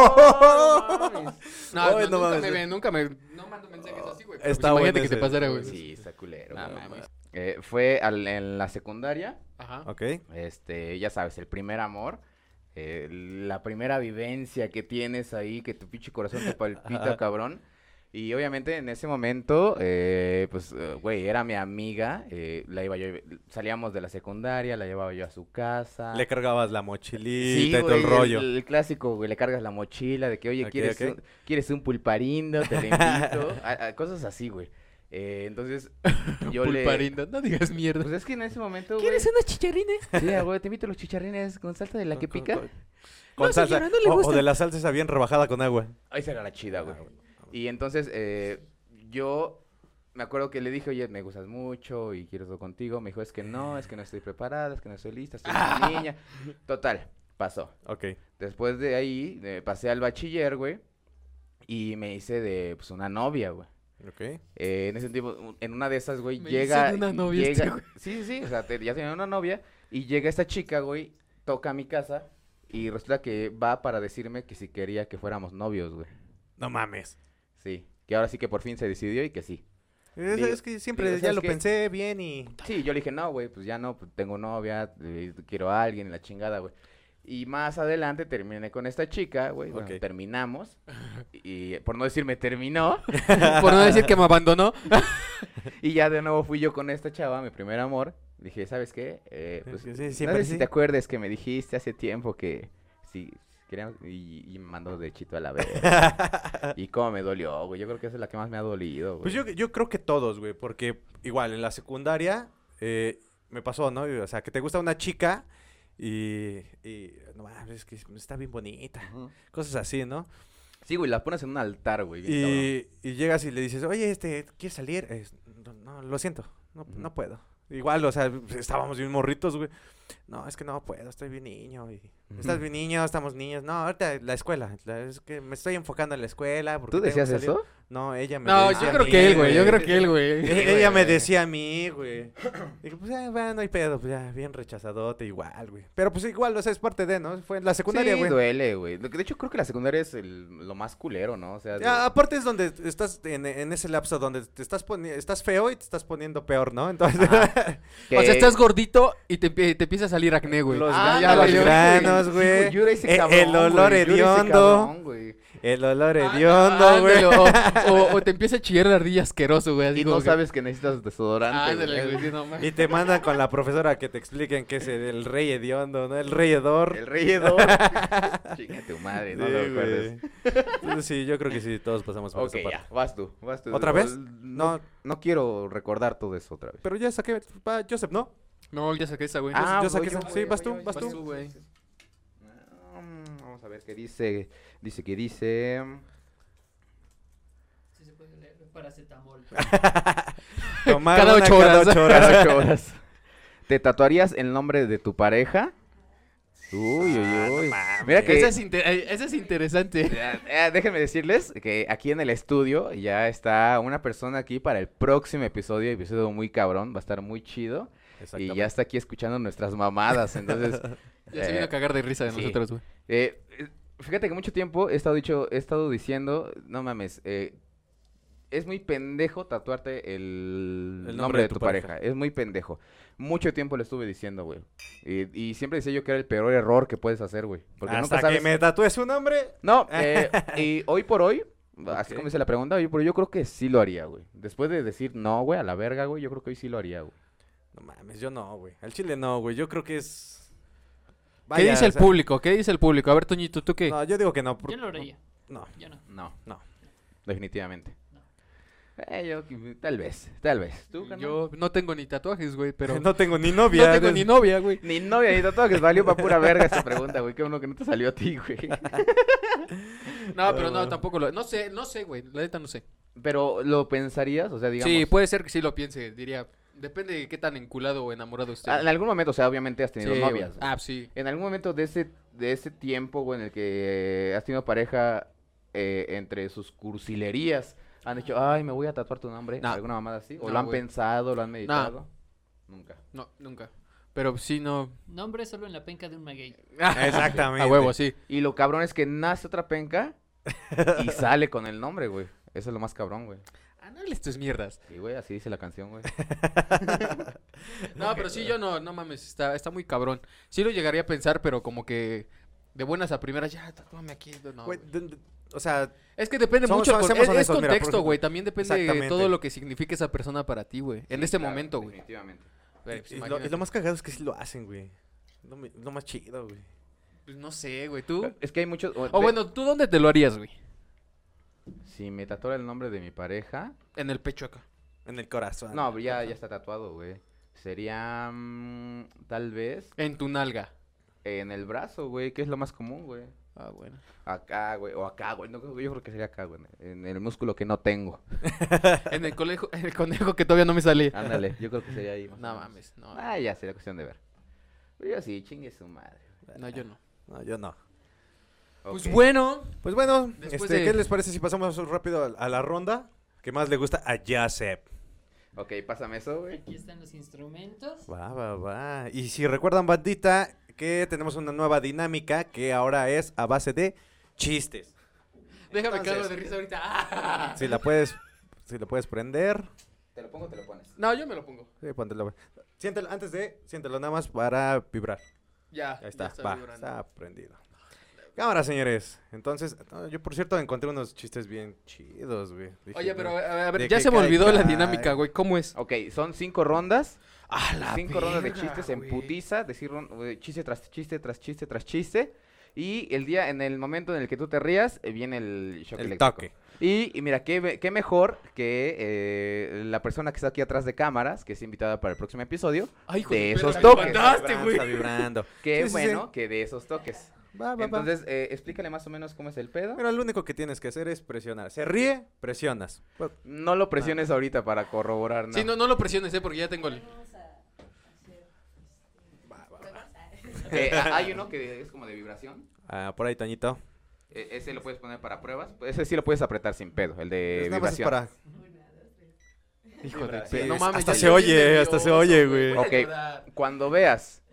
Speaker 3: ¡Oh!
Speaker 4: No,
Speaker 3: Ay, no
Speaker 4: no, nunca
Speaker 3: mames.
Speaker 4: me, ve, nunca me. No mando mensajes así, güey. pero
Speaker 3: Está bueno
Speaker 4: pues imagínate que
Speaker 3: ese.
Speaker 4: te pasara, güey.
Speaker 2: Sí, está culero.
Speaker 4: No
Speaker 2: güey.
Speaker 4: mames.
Speaker 2: Eh, fue al- en la secundaria.
Speaker 4: Ajá.
Speaker 3: Ok.
Speaker 2: Este, ya sabes, el primer amor. eh, la primera vivencia que tienes ahí, que tu pinche corazón te palpita,
Speaker 3: Ajá.
Speaker 2: cabrón. Y obviamente en ese momento, eh, pues, eh, güey, era mi amiga. eh, la iba yo, salíamos de la secundaria, la llevaba yo a su casa.
Speaker 3: Le cargabas la mochilita
Speaker 2: Sí,
Speaker 3: y todo
Speaker 2: güey,
Speaker 3: el rollo.
Speaker 2: El, clásico, güey, le cargas la mochila de que, oye,
Speaker 3: Ok,
Speaker 2: ¿quieres,
Speaker 3: ok.
Speaker 2: Un, ¿quieres un pulparindo? Te lo invito.
Speaker 3: [laughs]
Speaker 2: a- a cosas así, güey. Eh, entonces, yo le...
Speaker 4: Pulparindo, no digas mierda.
Speaker 2: [laughs] Pues es que en ese momento, güey...
Speaker 4: ¿Quieres unos chicharrines?
Speaker 2: Sí, ah, güey, te invito a los chicharrines con salsa de la que
Speaker 3: Con-
Speaker 2: pica.
Speaker 3: con- Con
Speaker 4: No,
Speaker 3: salsa.
Speaker 4: señora, no le
Speaker 3: o- o,
Speaker 4: gusta.
Speaker 3: de la salsa esa bien rebajada con agua.
Speaker 2: Ahí será la chida, Ah, güey. Y entonces, eh, yo me acuerdo que le dije, oye, me gustas mucho y quiero estar contigo. Me dijo, es que no, es que no estoy preparada, es que no estoy lista, estoy una niña. Total, pasó.
Speaker 3: Ok.
Speaker 2: Después de ahí, eh, pasé al bachiller, güey. Y me hice de, pues, una novia, güey.
Speaker 3: Ok.
Speaker 2: Eh, en ese tiempo, un- en una de esas, güey,
Speaker 4: Me hice
Speaker 2: llega...
Speaker 4: de una novia
Speaker 2: llega-
Speaker 4: este güey.
Speaker 2: Sí, sí, sí, o sea, te- ya tenía una novia. Y llega esta chica, güey, toca a mi casa. Y resulta que va para decirme que si quería que fuéramos novios, güey.
Speaker 3: No mames.
Speaker 2: Sí, que ahora sí que por fin se decidió y que sí.
Speaker 3: Es,
Speaker 2: Digo-
Speaker 3: es que siempre
Speaker 2: digo,
Speaker 3: ya
Speaker 2: ¿sabes
Speaker 3: lo
Speaker 2: qué?
Speaker 3: pensé bien y.
Speaker 2: Sí, yo le dije, no, güey, pues ya no, pues tengo novia, eh, quiero a alguien, la chingada, güey. Y más adelante terminé con esta chica, güey, bueno,
Speaker 3: Ok.
Speaker 2: terminamos. Y por no decir me terminó.
Speaker 4: Por no decir que me abandonó.
Speaker 2: Y ya de nuevo fui yo con esta chava, mi primer amor. Dije, ¿sabes qué? Eh, pues,
Speaker 3: Sí, sí,
Speaker 2: no
Speaker 3: siempre
Speaker 2: sé si
Speaker 3: sí.
Speaker 2: te acuerdes que me dijiste hace tiempo que sí, queríamos... Y, y me mandó de chito a la vez.
Speaker 3: [laughs]
Speaker 2: y cómo me dolió, güey. Yo creo que esa es la que más me ha dolido, güey.
Speaker 3: Pues yo, yo creo que todos, güey, porque igual en la secundaria eh, me pasó, ¿no? O sea, que te gusta una chica y, y no mames, es que está bien bonita,
Speaker 2: Ujú.
Speaker 3: cosas así, ¿no?
Speaker 2: Sí, güey, la pones en un altar, güey. bien cabrón.
Speaker 3: Y, y llegas y le dices, oye, este, ¿quieres salir? Es, no, no, lo siento, no,
Speaker 2: Ujú.
Speaker 3: no puedo. Igual, o sea, estábamos bien morritos, güey. No, es que no puedo, estoy bien niño. Y... Estás bien niño, estamos niños. No, ahorita la escuela. la- es que me estoy enfocando en la escuela. porque
Speaker 2: ¿Tú
Speaker 3: tengo que
Speaker 2: decías
Speaker 3: salir".
Speaker 2: eso?
Speaker 3: No, ella me
Speaker 4: No,
Speaker 3: decía
Speaker 4: yo
Speaker 3: a
Speaker 2: "Ah,
Speaker 4: creo
Speaker 3: mí,
Speaker 4: que él, güey. Yo creo que él, güey.
Speaker 3: E- Ella me
Speaker 2: güey.
Speaker 3: decía a mí, güey. Dije, pues, ah, bueno, no hay pedo, pues ya, bien rechazadote, igual, güey. Pero pues igual, o sea, es parte de, ¿no? Fue en la secundaria,
Speaker 2: sí,
Speaker 3: güey.
Speaker 2: duele, güey. Lo que- De hecho, creo que la secundaria es el- lo más culero, ¿no? O sea, de-
Speaker 3: Ya, aparte es donde estás en, en ese lapso donde te estás poniendo, estás feo y te estás poniendo peor, ¿no? Entonces,
Speaker 2: que-
Speaker 3: pues
Speaker 4: O sea, estás gordito y te, empie- te empieza a salir acné, güey.
Speaker 3: Los
Speaker 2: Ah,
Speaker 3: gallos,
Speaker 4: ya
Speaker 2: ándale,
Speaker 4: valió.
Speaker 3: los granos,
Speaker 2: Sí,
Speaker 3: güey.
Speaker 2: yo era ese
Speaker 3: E-
Speaker 2: cabrón,
Speaker 3: el olor
Speaker 2: güey, yo era ese
Speaker 3: hediondo.
Speaker 2: cabrón, güey.
Speaker 3: [laughs] el olor
Speaker 4: Ah,
Speaker 3: hediondo, güey.
Speaker 4: [laughs] ándale, O, o- o te empieza a chillar la ardilla asqueroso, güey. así
Speaker 2: Y
Speaker 4: como
Speaker 2: no
Speaker 4: que- Ah,
Speaker 2: sabes que necesitas desodorante.
Speaker 4: Ándale,
Speaker 2: güey.
Speaker 4: güey. sí, no mames.
Speaker 3: Y te mandan con la profesora que te expliquen que es el, el rey hediondo, ¿no? El rey hedor.
Speaker 2: El rey hedor.
Speaker 3: [laughs]
Speaker 2: Chinga tu madre, no
Speaker 3: Sí,
Speaker 2: lo
Speaker 3: güey.
Speaker 2: recuerdes.
Speaker 3: Entonces, sí, yo creo que sí, todos pasamos por
Speaker 2: Ok,
Speaker 3: esa
Speaker 2: ya,
Speaker 3: parte.
Speaker 2: vas tú, vas tú.
Speaker 3: ¿Otra vez?
Speaker 2: No, no, quiero recordar todo eso otra vez.
Speaker 3: Pero ya saqué, va, Joseph,
Speaker 2: [laughs]
Speaker 3: ¿no?
Speaker 4: No, ya saqué esa, güey.
Speaker 3: Ah, yo saqué
Speaker 2: voy
Speaker 3: esa.
Speaker 2: voy
Speaker 3: Sí, vas
Speaker 2: voy
Speaker 3: tú,
Speaker 2: voy
Speaker 3: vas
Speaker 2: voy
Speaker 3: tú.
Speaker 4: güey.
Speaker 2: Mm, Vamos a ver qué dice. Dice que dice...
Speaker 5: Sí se puede leer, paracetamol.
Speaker 3: Ah, Tomar
Speaker 4: Cada
Speaker 3: una
Speaker 4: ocho horas.
Speaker 3: ocho
Speaker 2: Cada ocho horas. [laughs] ¿Te tatuarías el nombre de tu pareja? Uy,
Speaker 3: Ah,
Speaker 2: uy, uy. Mira que...
Speaker 4: Esa es, inter- eh, esa es interesante.
Speaker 2: Eh, eh, déjenme decirles que aquí en el estudio ya está una persona aquí para el próximo episodio, episodio muy cabrón, va a estar muy chido
Speaker 3: [laughs]
Speaker 2: y ya está aquí escuchando nuestras mamadas, [laughs] entonces
Speaker 4: Ya se
Speaker 2: eh,
Speaker 4: vino a cagar de risa de
Speaker 2: sí.
Speaker 4: nosotros, güey.
Speaker 2: eh, eh, fíjate que mucho tiempo he estado dicho, he estado diciendo, no mames, eh, es muy pendejo tatuarte el, nombre, de, tu, pareja. es muy pendejo. Mucho tiempo lo estuve diciendo, güey. Y, y siempre decía yo que era el peor error que puedes hacer, güey, porque
Speaker 3: Hasta
Speaker 2: nunca sabes.
Speaker 3: que me tatúe su nombre.
Speaker 2: [laughs] No, eh, y hoy por hoy, así
Speaker 3: Ok.
Speaker 2: como dice la pregunta, hoy por hoy yo creo que sí lo haría, güey. Después de decir no, güey, a la verga, güey, yo creo que hoy sí lo haría, güey.
Speaker 3: No mames, yo no, güey. Al chile no, güey. Yo creo que es.
Speaker 4: ¿Qué
Speaker 3: Vaya,
Speaker 4: dice el
Speaker 3: o sea,
Speaker 4: público? ¿Qué dice el público? A ver, Toñito, ¿tú qué?
Speaker 3: No, yo digo que no. por-
Speaker 5: Yo lo haría,
Speaker 3: No.
Speaker 5: yo no.
Speaker 2: No,
Speaker 3: No.
Speaker 2: definitivamente. Eh, yo qui- tal vez, tal vez. ¿Tú, carnal?
Speaker 4: Yo no tengo ni tatuajes, güey,
Speaker 3: [laughs]
Speaker 4: pero...
Speaker 3: no tengo ni
Speaker 4: [laughs] no
Speaker 3: novia.
Speaker 4: tengo [laughs] ni novia, güey.
Speaker 2: Ni novia ni tatuajes, valió para pura verga esa pregunta, güey. Qué bueno que no te salió a ti, güey.
Speaker 4: No, pero no, tampoco lo... No sé, no sé, güey. La neta no sé.
Speaker 2: Pero, ¿lo pensarías? O sea, digamos...
Speaker 4: Sí, puede ser que sí lo piense, diría. Depende de qué tan enculado o enamorado esté.
Speaker 2: Ah, En algún momento, o sea, obviamente has
Speaker 4: Sí,
Speaker 2: tenido
Speaker 4: güey.
Speaker 2: novias. güey.
Speaker 4: Ah, sí.
Speaker 2: En algún momento de ese, de ese tiempo, güey, en el que has tenido pareja eh, entre sus cursilerías, han dicho, ay, me voy a tatuar tu nombre,
Speaker 4: No.
Speaker 2: alguna mamada así, o
Speaker 4: No,
Speaker 2: lo han
Speaker 4: güey.
Speaker 2: pensado, lo han meditado. Nunca.
Speaker 4: No, nunca. Pero sí,
Speaker 3: [laughs]
Speaker 4: no. Eh,
Speaker 5: Nombre solo en la penca de un maguey.
Speaker 3: Ah, Exactamente.
Speaker 4: A huevo, sí.
Speaker 2: Y lo cabrón es que nace otra penca y sale con el nombre, güey. Eso es lo más cabrón, güey.
Speaker 4: Ah, no hables tus mierdas.
Speaker 2: Y, güey, así dice la canción, güey.
Speaker 4: [laughs] No, pero sí, yo no, no mames, está, está muy cabrón. Sí lo llegaría a pensar, pero como que de buenas a primeras, ya, tatúame aquí. No,
Speaker 3: Güey,
Speaker 4: güey.
Speaker 3: de- de- o sea,
Speaker 4: Es que depende
Speaker 3: Somos-
Speaker 4: mucho, con-
Speaker 3: seamos
Speaker 4: es, es
Speaker 3: honestos, mira, por
Speaker 4: contexto,
Speaker 3: ejemplo.
Speaker 4: güey, también depende de todo
Speaker 3: Exactamente.
Speaker 4: lo que signifique esa persona para ti, güey, en este momento, güey.
Speaker 2: Definitivamente.
Speaker 4: Güey,
Speaker 3: y-
Speaker 4: pues,
Speaker 3: y lo, y
Speaker 4: imagínate.
Speaker 3: lo más cagado es que sí lo hacen, güey. Lo, mi- lo más chido, güey.
Speaker 4: Pues no sé, güey,
Speaker 3: [laughs]
Speaker 4: tú.
Speaker 2: Es que hay muchos...
Speaker 4: O
Speaker 2: de-
Speaker 4: Oh, bueno, ¿tú dónde te lo harías, güey?
Speaker 2: Si me tatuara el nombre de mi pareja...
Speaker 4: En el pecho acá.
Speaker 3: En el corazón.
Speaker 2: No, ya, ya está tatuado, güey. Sería... mm, tal vez...
Speaker 4: En tu nalga.
Speaker 2: En el brazo, güey, que es lo más común, güey.
Speaker 4: Ah, bueno.
Speaker 2: Acá, güey, o acá, güey. No, creo- yo creo que sería acá, güey. En el músculo que no tengo.
Speaker 4: En el conejo, [laughs] en el conejo que todavía no me salía.
Speaker 3: Ah,
Speaker 2: Ándale, yo creo que sería ahí. más o
Speaker 4: No
Speaker 2: menos.
Speaker 4: mames, no.
Speaker 2: Ah, ya, sería cuestión de ver. Pero yo sí, chingue su madre.
Speaker 4: No, yo no.
Speaker 3: No, yo no.
Speaker 4: Pues bueno,
Speaker 3: Pues bueno,
Speaker 4: Después
Speaker 3: este,
Speaker 4: de-
Speaker 3: ¿qué les parece si pasamos rápido a, a la ronda? ¿Qué más le gusta a Joseph?
Speaker 2: Ok, pásame eso, güey.
Speaker 5: Aquí están los instrumentos.
Speaker 3: Va, va, va. Y si recuerdan, bandita, que tenemos una nueva dinámica que ahora es a base de chistes.
Speaker 4: déjame
Speaker 3: Entonces-
Speaker 4: caerlo de risa ahorita. Ah.
Speaker 3: Si la puedes, si la puedes prender.
Speaker 2: Te lo pongo, te lo pones.
Speaker 4: [laughs] No, yo me lo pongo.
Speaker 3: Sí, póntelo. Siéntelo, antes de, siéntelo nada más para vibrar.
Speaker 4: Ya.
Speaker 3: Ahí está,
Speaker 4: ya
Speaker 3: va,
Speaker 4: vibrando.
Speaker 3: está prendido. Cámara, señores. Entonces, no, yo por cierto encontré unos chistes bien chidos, güey. Dije,
Speaker 4: Oye, pero
Speaker 3: no.
Speaker 4: a a
Speaker 3: ¿De
Speaker 4: ver, ya
Speaker 3: qué
Speaker 4: se me olvidó la
Speaker 3: cae?
Speaker 4: dinámica, güey. ¿Cómo es?
Speaker 2: Ok, son cinco rondas.
Speaker 4: Ah,
Speaker 2: cinco rondas de
Speaker 4: verga,
Speaker 2: chistes en
Speaker 4: güey.
Speaker 2: putiza. Decir ron- eh, chiste tras chiste, tras chiste, tras chiste. Y el día, en el momento en el que tú te rías, eh, viene el shock
Speaker 3: el
Speaker 2: eléctrico.
Speaker 3: toque.
Speaker 2: Y, y mira, qué, be- qué mejor que eh, la persona que está aquí atrás de cámaras, que es invitada para el próximo episodio,
Speaker 4: Ay, hijo
Speaker 2: de
Speaker 4: tu
Speaker 2: esos
Speaker 4: perra,
Speaker 2: toques.
Speaker 4: me mataste,
Speaker 3: Vibran-
Speaker 4: güey.
Speaker 3: Está
Speaker 4: [laughs]
Speaker 3: vibrando.
Speaker 2: que
Speaker 3: Sí, sí,
Speaker 2: bueno,
Speaker 3: sí.
Speaker 2: que de esos toques.
Speaker 3: Va, va, va.
Speaker 2: Entonces, eh, explícale más o menos cómo es el pedo.
Speaker 3: Mira, lo único que tienes que hacer es presionar. Se ríe, presionas.
Speaker 2: No lo presiones ahorita para corroborar nada.
Speaker 4: Sí, no, no lo presiones, eh, porque ya tengo el.
Speaker 2: Eh, a- hay uno que es como de vibración.
Speaker 3: Ah, por ahí, Toñito.
Speaker 2: E- ese lo puedes poner para pruebas. Pues Ese sí lo puedes apretar sin pedo, el de
Speaker 3: Pues nada más es
Speaker 2: Eh, vibración.
Speaker 3: para-
Speaker 4: Hijo de
Speaker 3: Sí,
Speaker 4: pe- No mames,
Speaker 3: hasta
Speaker 4: ya
Speaker 3: se
Speaker 4: estoy
Speaker 3: oye,
Speaker 4: bien
Speaker 3: hasta se
Speaker 4: nervioso,
Speaker 3: oye, güey.
Speaker 4: Voy a
Speaker 2: Ok.
Speaker 4: llorar.
Speaker 2: Cuando veas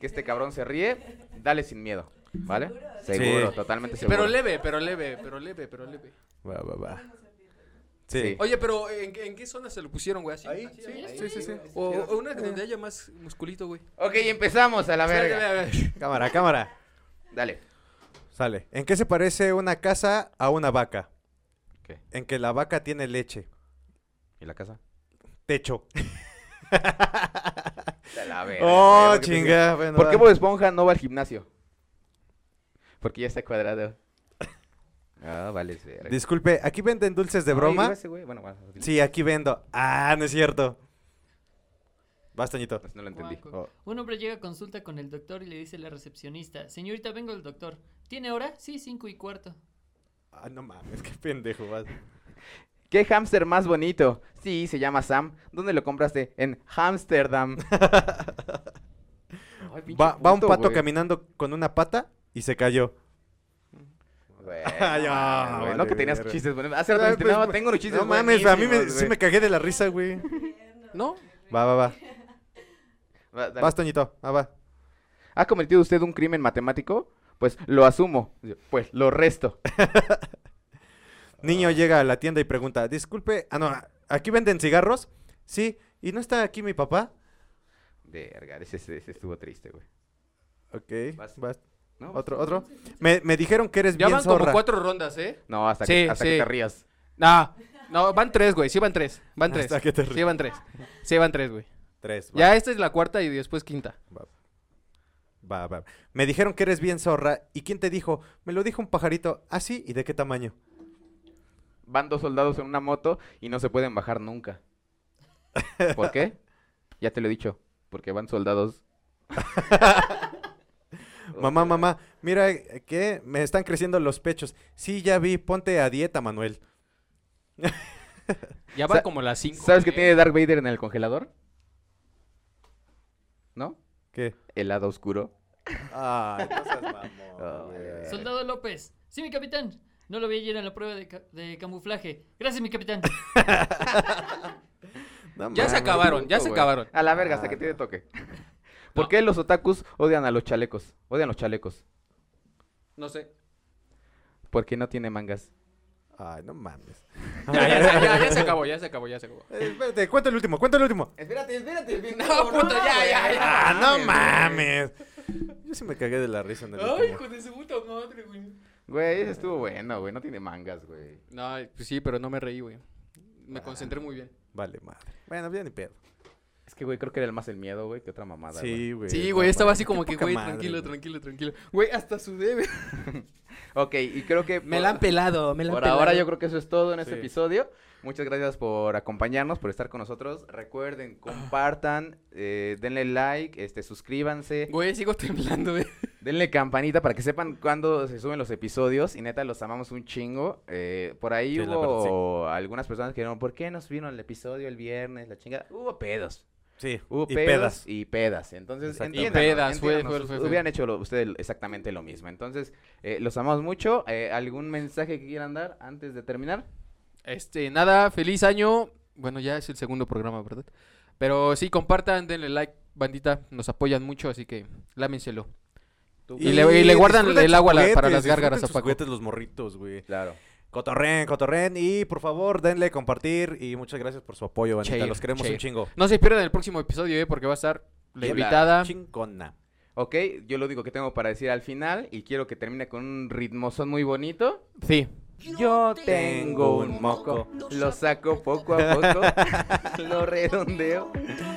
Speaker 2: que este cabrón se ríe, dale sin miedo, ¿vale? Seguro, totalmente seguro.
Speaker 4: Pero leve, pero leve, pero leve, pero leve.
Speaker 3: Va, va, va. Sí.
Speaker 2: Sí.
Speaker 4: Oye, pero ¿en, en qué zona se lo pusieron, güey? ¿Así?
Speaker 3: Ahí,
Speaker 4: ¿Así,
Speaker 3: sí,
Speaker 4: ahí?
Speaker 3: sí, sí, sí.
Speaker 4: O, o una donde haya más musculito, güey.
Speaker 2: Ok, empezamos a la
Speaker 4: Espérate,
Speaker 2: verga.
Speaker 4: a ver, a ver.
Speaker 3: Cámara, cámara.
Speaker 2: Dale.
Speaker 3: Sale. ¿En qué se parece una casa a una vaca?
Speaker 2: ¿Qué?
Speaker 3: En que la vaca tiene leche.
Speaker 2: ¿Y la casa?
Speaker 3: Techo.
Speaker 2: A la verga.
Speaker 3: Oh,
Speaker 2: güey, ¿por qué te-
Speaker 3: chinga. Bueno,
Speaker 2: ¿Por qué
Speaker 3: va.
Speaker 2: Bob Esponja no va al gimnasio? Porque ya está
Speaker 3: [laughs]
Speaker 2: cuadrado. Ah, vale, verga.
Speaker 3: Disculpe, ¿aquí venden dulces de
Speaker 2: Ay,
Speaker 3: broma?
Speaker 2: digo ese, güey. Bueno, bueno,
Speaker 3: Sí, aquí vendo. Ah, no es cierto. Vas, Toñito.
Speaker 2: pues no lo entendí.
Speaker 5: Guaco. Un hombre llega a consulta con el doctor y le dice a la recepcionista, señorita, vengo el doctor. ¿Tiene hora? Sí, cinco y cuarto.
Speaker 3: Ah, no mames, qué pendejo vas.
Speaker 2: ¿Qué hámster más bonito? Sí, se llama Sam. ¿Dónde lo compraste? En
Speaker 3: [laughs]
Speaker 2: Hamsterdam. Ay, pinche
Speaker 3: Va, va un
Speaker 2: puto,
Speaker 3: pato
Speaker 2: güey.
Speaker 3: caminando con una pata y se cayó. [laughs]
Speaker 2: Güey,
Speaker 3: Ay,
Speaker 2: no,
Speaker 3: ah,
Speaker 2: mames, güey, no
Speaker 3: vale,
Speaker 2: que tenías
Speaker 3: verga.
Speaker 2: chistes buenos. Hace rato dijiste, no, tengo unos chistes
Speaker 3: No mames, a mí me-
Speaker 2: buenísimos,
Speaker 3: sí me
Speaker 2: güey.
Speaker 3: cagué de la risa, güey.
Speaker 4: ¿No?
Speaker 3: Va, va, va.
Speaker 2: Va, dale.
Speaker 3: Vas, Toñito. Ah, va.
Speaker 2: ¿Ha cometido usted un crimen matemático? Pues lo asumo. Pues lo
Speaker 3: [laughs]
Speaker 2: resto.
Speaker 3: Niño llega a la tienda y pregunta, disculpe, ah, no, ¿aquí venden cigarros? Sí, ¿y no está aquí mi papá?
Speaker 2: Verga, ese, ese- ese estuvo triste, güey.
Speaker 3: Ok,
Speaker 2: Vas.
Speaker 3: vas.
Speaker 2: No,
Speaker 3: Otro, otro. Me, me dijeron que eres
Speaker 4: Ya
Speaker 3: bien
Speaker 4: van como
Speaker 3: zorra.
Speaker 4: cuatro rondas, ¿eh?
Speaker 2: No, hasta,
Speaker 4: Sí,
Speaker 2: que, hasta que
Speaker 4: sí.
Speaker 2: te rías.
Speaker 4: No, no, van tres, güey. Sí, van tres. Van tres.
Speaker 3: Hasta que te
Speaker 4: Sí,
Speaker 3: ríes.
Speaker 4: van tres. Sí, van tres, güey.
Speaker 3: Tres, va,
Speaker 4: Ya esta es la cuarta y después quinta.
Speaker 3: va, va. Me dijeron que eres bien zorra. ¿Y quién te dijo? Me lo dijo un pajarito. ¿Ah, sí? ¿Y de qué tamaño?
Speaker 2: Van dos soldados en una moto y no se pueden bajar nunca. ¿Por qué? Ya te lo he dicho. Porque van soldados.
Speaker 3: Mamá, mamá, mira eh, que me están creciendo los pechos. Sí, ya vi, ponte a dieta, Manuel.
Speaker 4: Ya van
Speaker 2: Sa-
Speaker 4: como las cinco.
Speaker 2: ¿Sabes qué
Speaker 4: güey.
Speaker 2: tiene Darth Vader en el congelador? ¿no?
Speaker 3: ¿Qué?
Speaker 2: El lado oscuro.
Speaker 3: Ay, no [laughs] seas mamón,
Speaker 2: Ay,
Speaker 3: güey.
Speaker 5: Soldado López. Sí, mi capitán. No lo vi ayer en la prueba de, ca- de camuflaje. Gracias, mi capitán.
Speaker 3: No
Speaker 4: Ya se
Speaker 3: mames.
Speaker 4: acabaron, ya se
Speaker 2: Ah, güey.
Speaker 4: acabaron.
Speaker 2: A la verga, hasta
Speaker 3: Ah,
Speaker 2: que
Speaker 3: no.
Speaker 2: tiene toque.
Speaker 4: [laughs]
Speaker 2: ¿Por qué los otakus odian a los chalecos? Odian los chalecos.
Speaker 4: No sé.
Speaker 2: Porque no tiene mangas.
Speaker 3: Ay, no [laughs] mames.
Speaker 4: Ya, ya, ya, ya, ya se acabó, ya se acabó, ya se acabó.
Speaker 3: Eh, Espérate, cuenta el último, cuenta el último.
Speaker 2: Espérate, espérate.
Speaker 4: [laughs] No, puto, ya, ya, ya.
Speaker 3: Ah, no mames. Yo sí me cagué de la risa en el último.
Speaker 5: de su puta madre, güey.
Speaker 2: Güey, ese estuvo bueno, güey. No tiene mangas, güey.
Speaker 4: No, pues sí, pero no me reí, güey. Me concentré muy bien.
Speaker 3: Vale, madre. Bueno, ya ni pedo.
Speaker 2: Es que, güey, creo que era el más el miedo, güey, que otra mamada. güey.
Speaker 3: Sí, güey.
Speaker 4: Sí,
Speaker 3: no
Speaker 4: güey, estaba
Speaker 3: mames.
Speaker 4: así como
Speaker 3: Qué
Speaker 4: que,
Speaker 3: poca
Speaker 4: güey,
Speaker 3: madre,
Speaker 4: tranquilo,
Speaker 3: güey.
Speaker 4: tranquilo, tranquilo. Güey, hasta sudé, güey.
Speaker 2: Ok, y creo que.
Speaker 4: Me la han pelado, me la han
Speaker 2: Por
Speaker 4: pelado.
Speaker 2: ahora yo creo que eso es todo en este
Speaker 3: Sí.
Speaker 2: episodio. Muchas gracias por acompañarnos, por estar con nosotros. Recuerden,
Speaker 4: Ah.
Speaker 2: compartan, eh, denle like, este, suscríbanse,
Speaker 4: Güey, sigo temblando, eh. güey.
Speaker 2: denle campanita para que sepan cuándo se suben los episodios. Y neta, los amamos un chingo. Eh, por ahí
Speaker 3: Sí, la
Speaker 2: hubo algunas personas que dijeron, ¿por qué nos vino el episodio el viernes? La chingada. Hubo pedos.
Speaker 3: Sí,
Speaker 2: Hubo
Speaker 3: y
Speaker 2: pedos
Speaker 3: pedas.
Speaker 2: y pedas. Entonces,
Speaker 3: Exactamente. Y
Speaker 2: entiéndanos,
Speaker 4: pedas, fue-
Speaker 2: entiéndanos,
Speaker 4: fue- fue- fue.
Speaker 2: Hubieran hecho lo- ustedes exactamente lo mismo. Entonces, eh, los amamos mucho. Eh, ¿Algún mensaje que quieran dar antes de terminar?
Speaker 4: Este, nada, feliz año. Bueno, ya es el segundo programa, ¿verdad? Pero sí, compartan, denle like, bandita. Nos apoyan mucho, así que lámenselo.
Speaker 2: Tú,
Speaker 4: Y le- y le guardan
Speaker 3: disfruten
Speaker 4: el
Speaker 3: sus
Speaker 4: agua a la- para las
Speaker 3: juguetes, disfruten
Speaker 4: gárgaras
Speaker 3: sus
Speaker 4: a Paco.
Speaker 3: juguetes, los morritos, güey.
Speaker 2: Claro.
Speaker 3: Cotorren, cotorren. Y por favor, denle compartir. Y muchas gracias por su apoyo, bandita.
Speaker 4: Cheer,
Speaker 3: Los queremos
Speaker 4: cheer.
Speaker 3: un chingo.
Speaker 4: No se pierdan el próximo episodio, ¿eh? Porque va a estar
Speaker 2: Y
Speaker 4: la
Speaker 2: la
Speaker 4: invitada.
Speaker 3: Chingona.
Speaker 2: Ok, yo lo único que tengo para decir al final y quiero que termine con un ritmozón muy bonito.
Speaker 4: Sí.
Speaker 2: Yo tengo un moco, lo saco poco a poco, [laughs] lo redondeo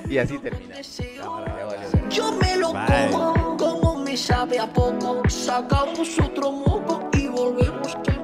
Speaker 2: y así termina. Cámara, ya valió.
Speaker 8: Yo me lo
Speaker 3: Bye.
Speaker 8: como, como me sabe a poco. Sacamos otro moco y volvemos con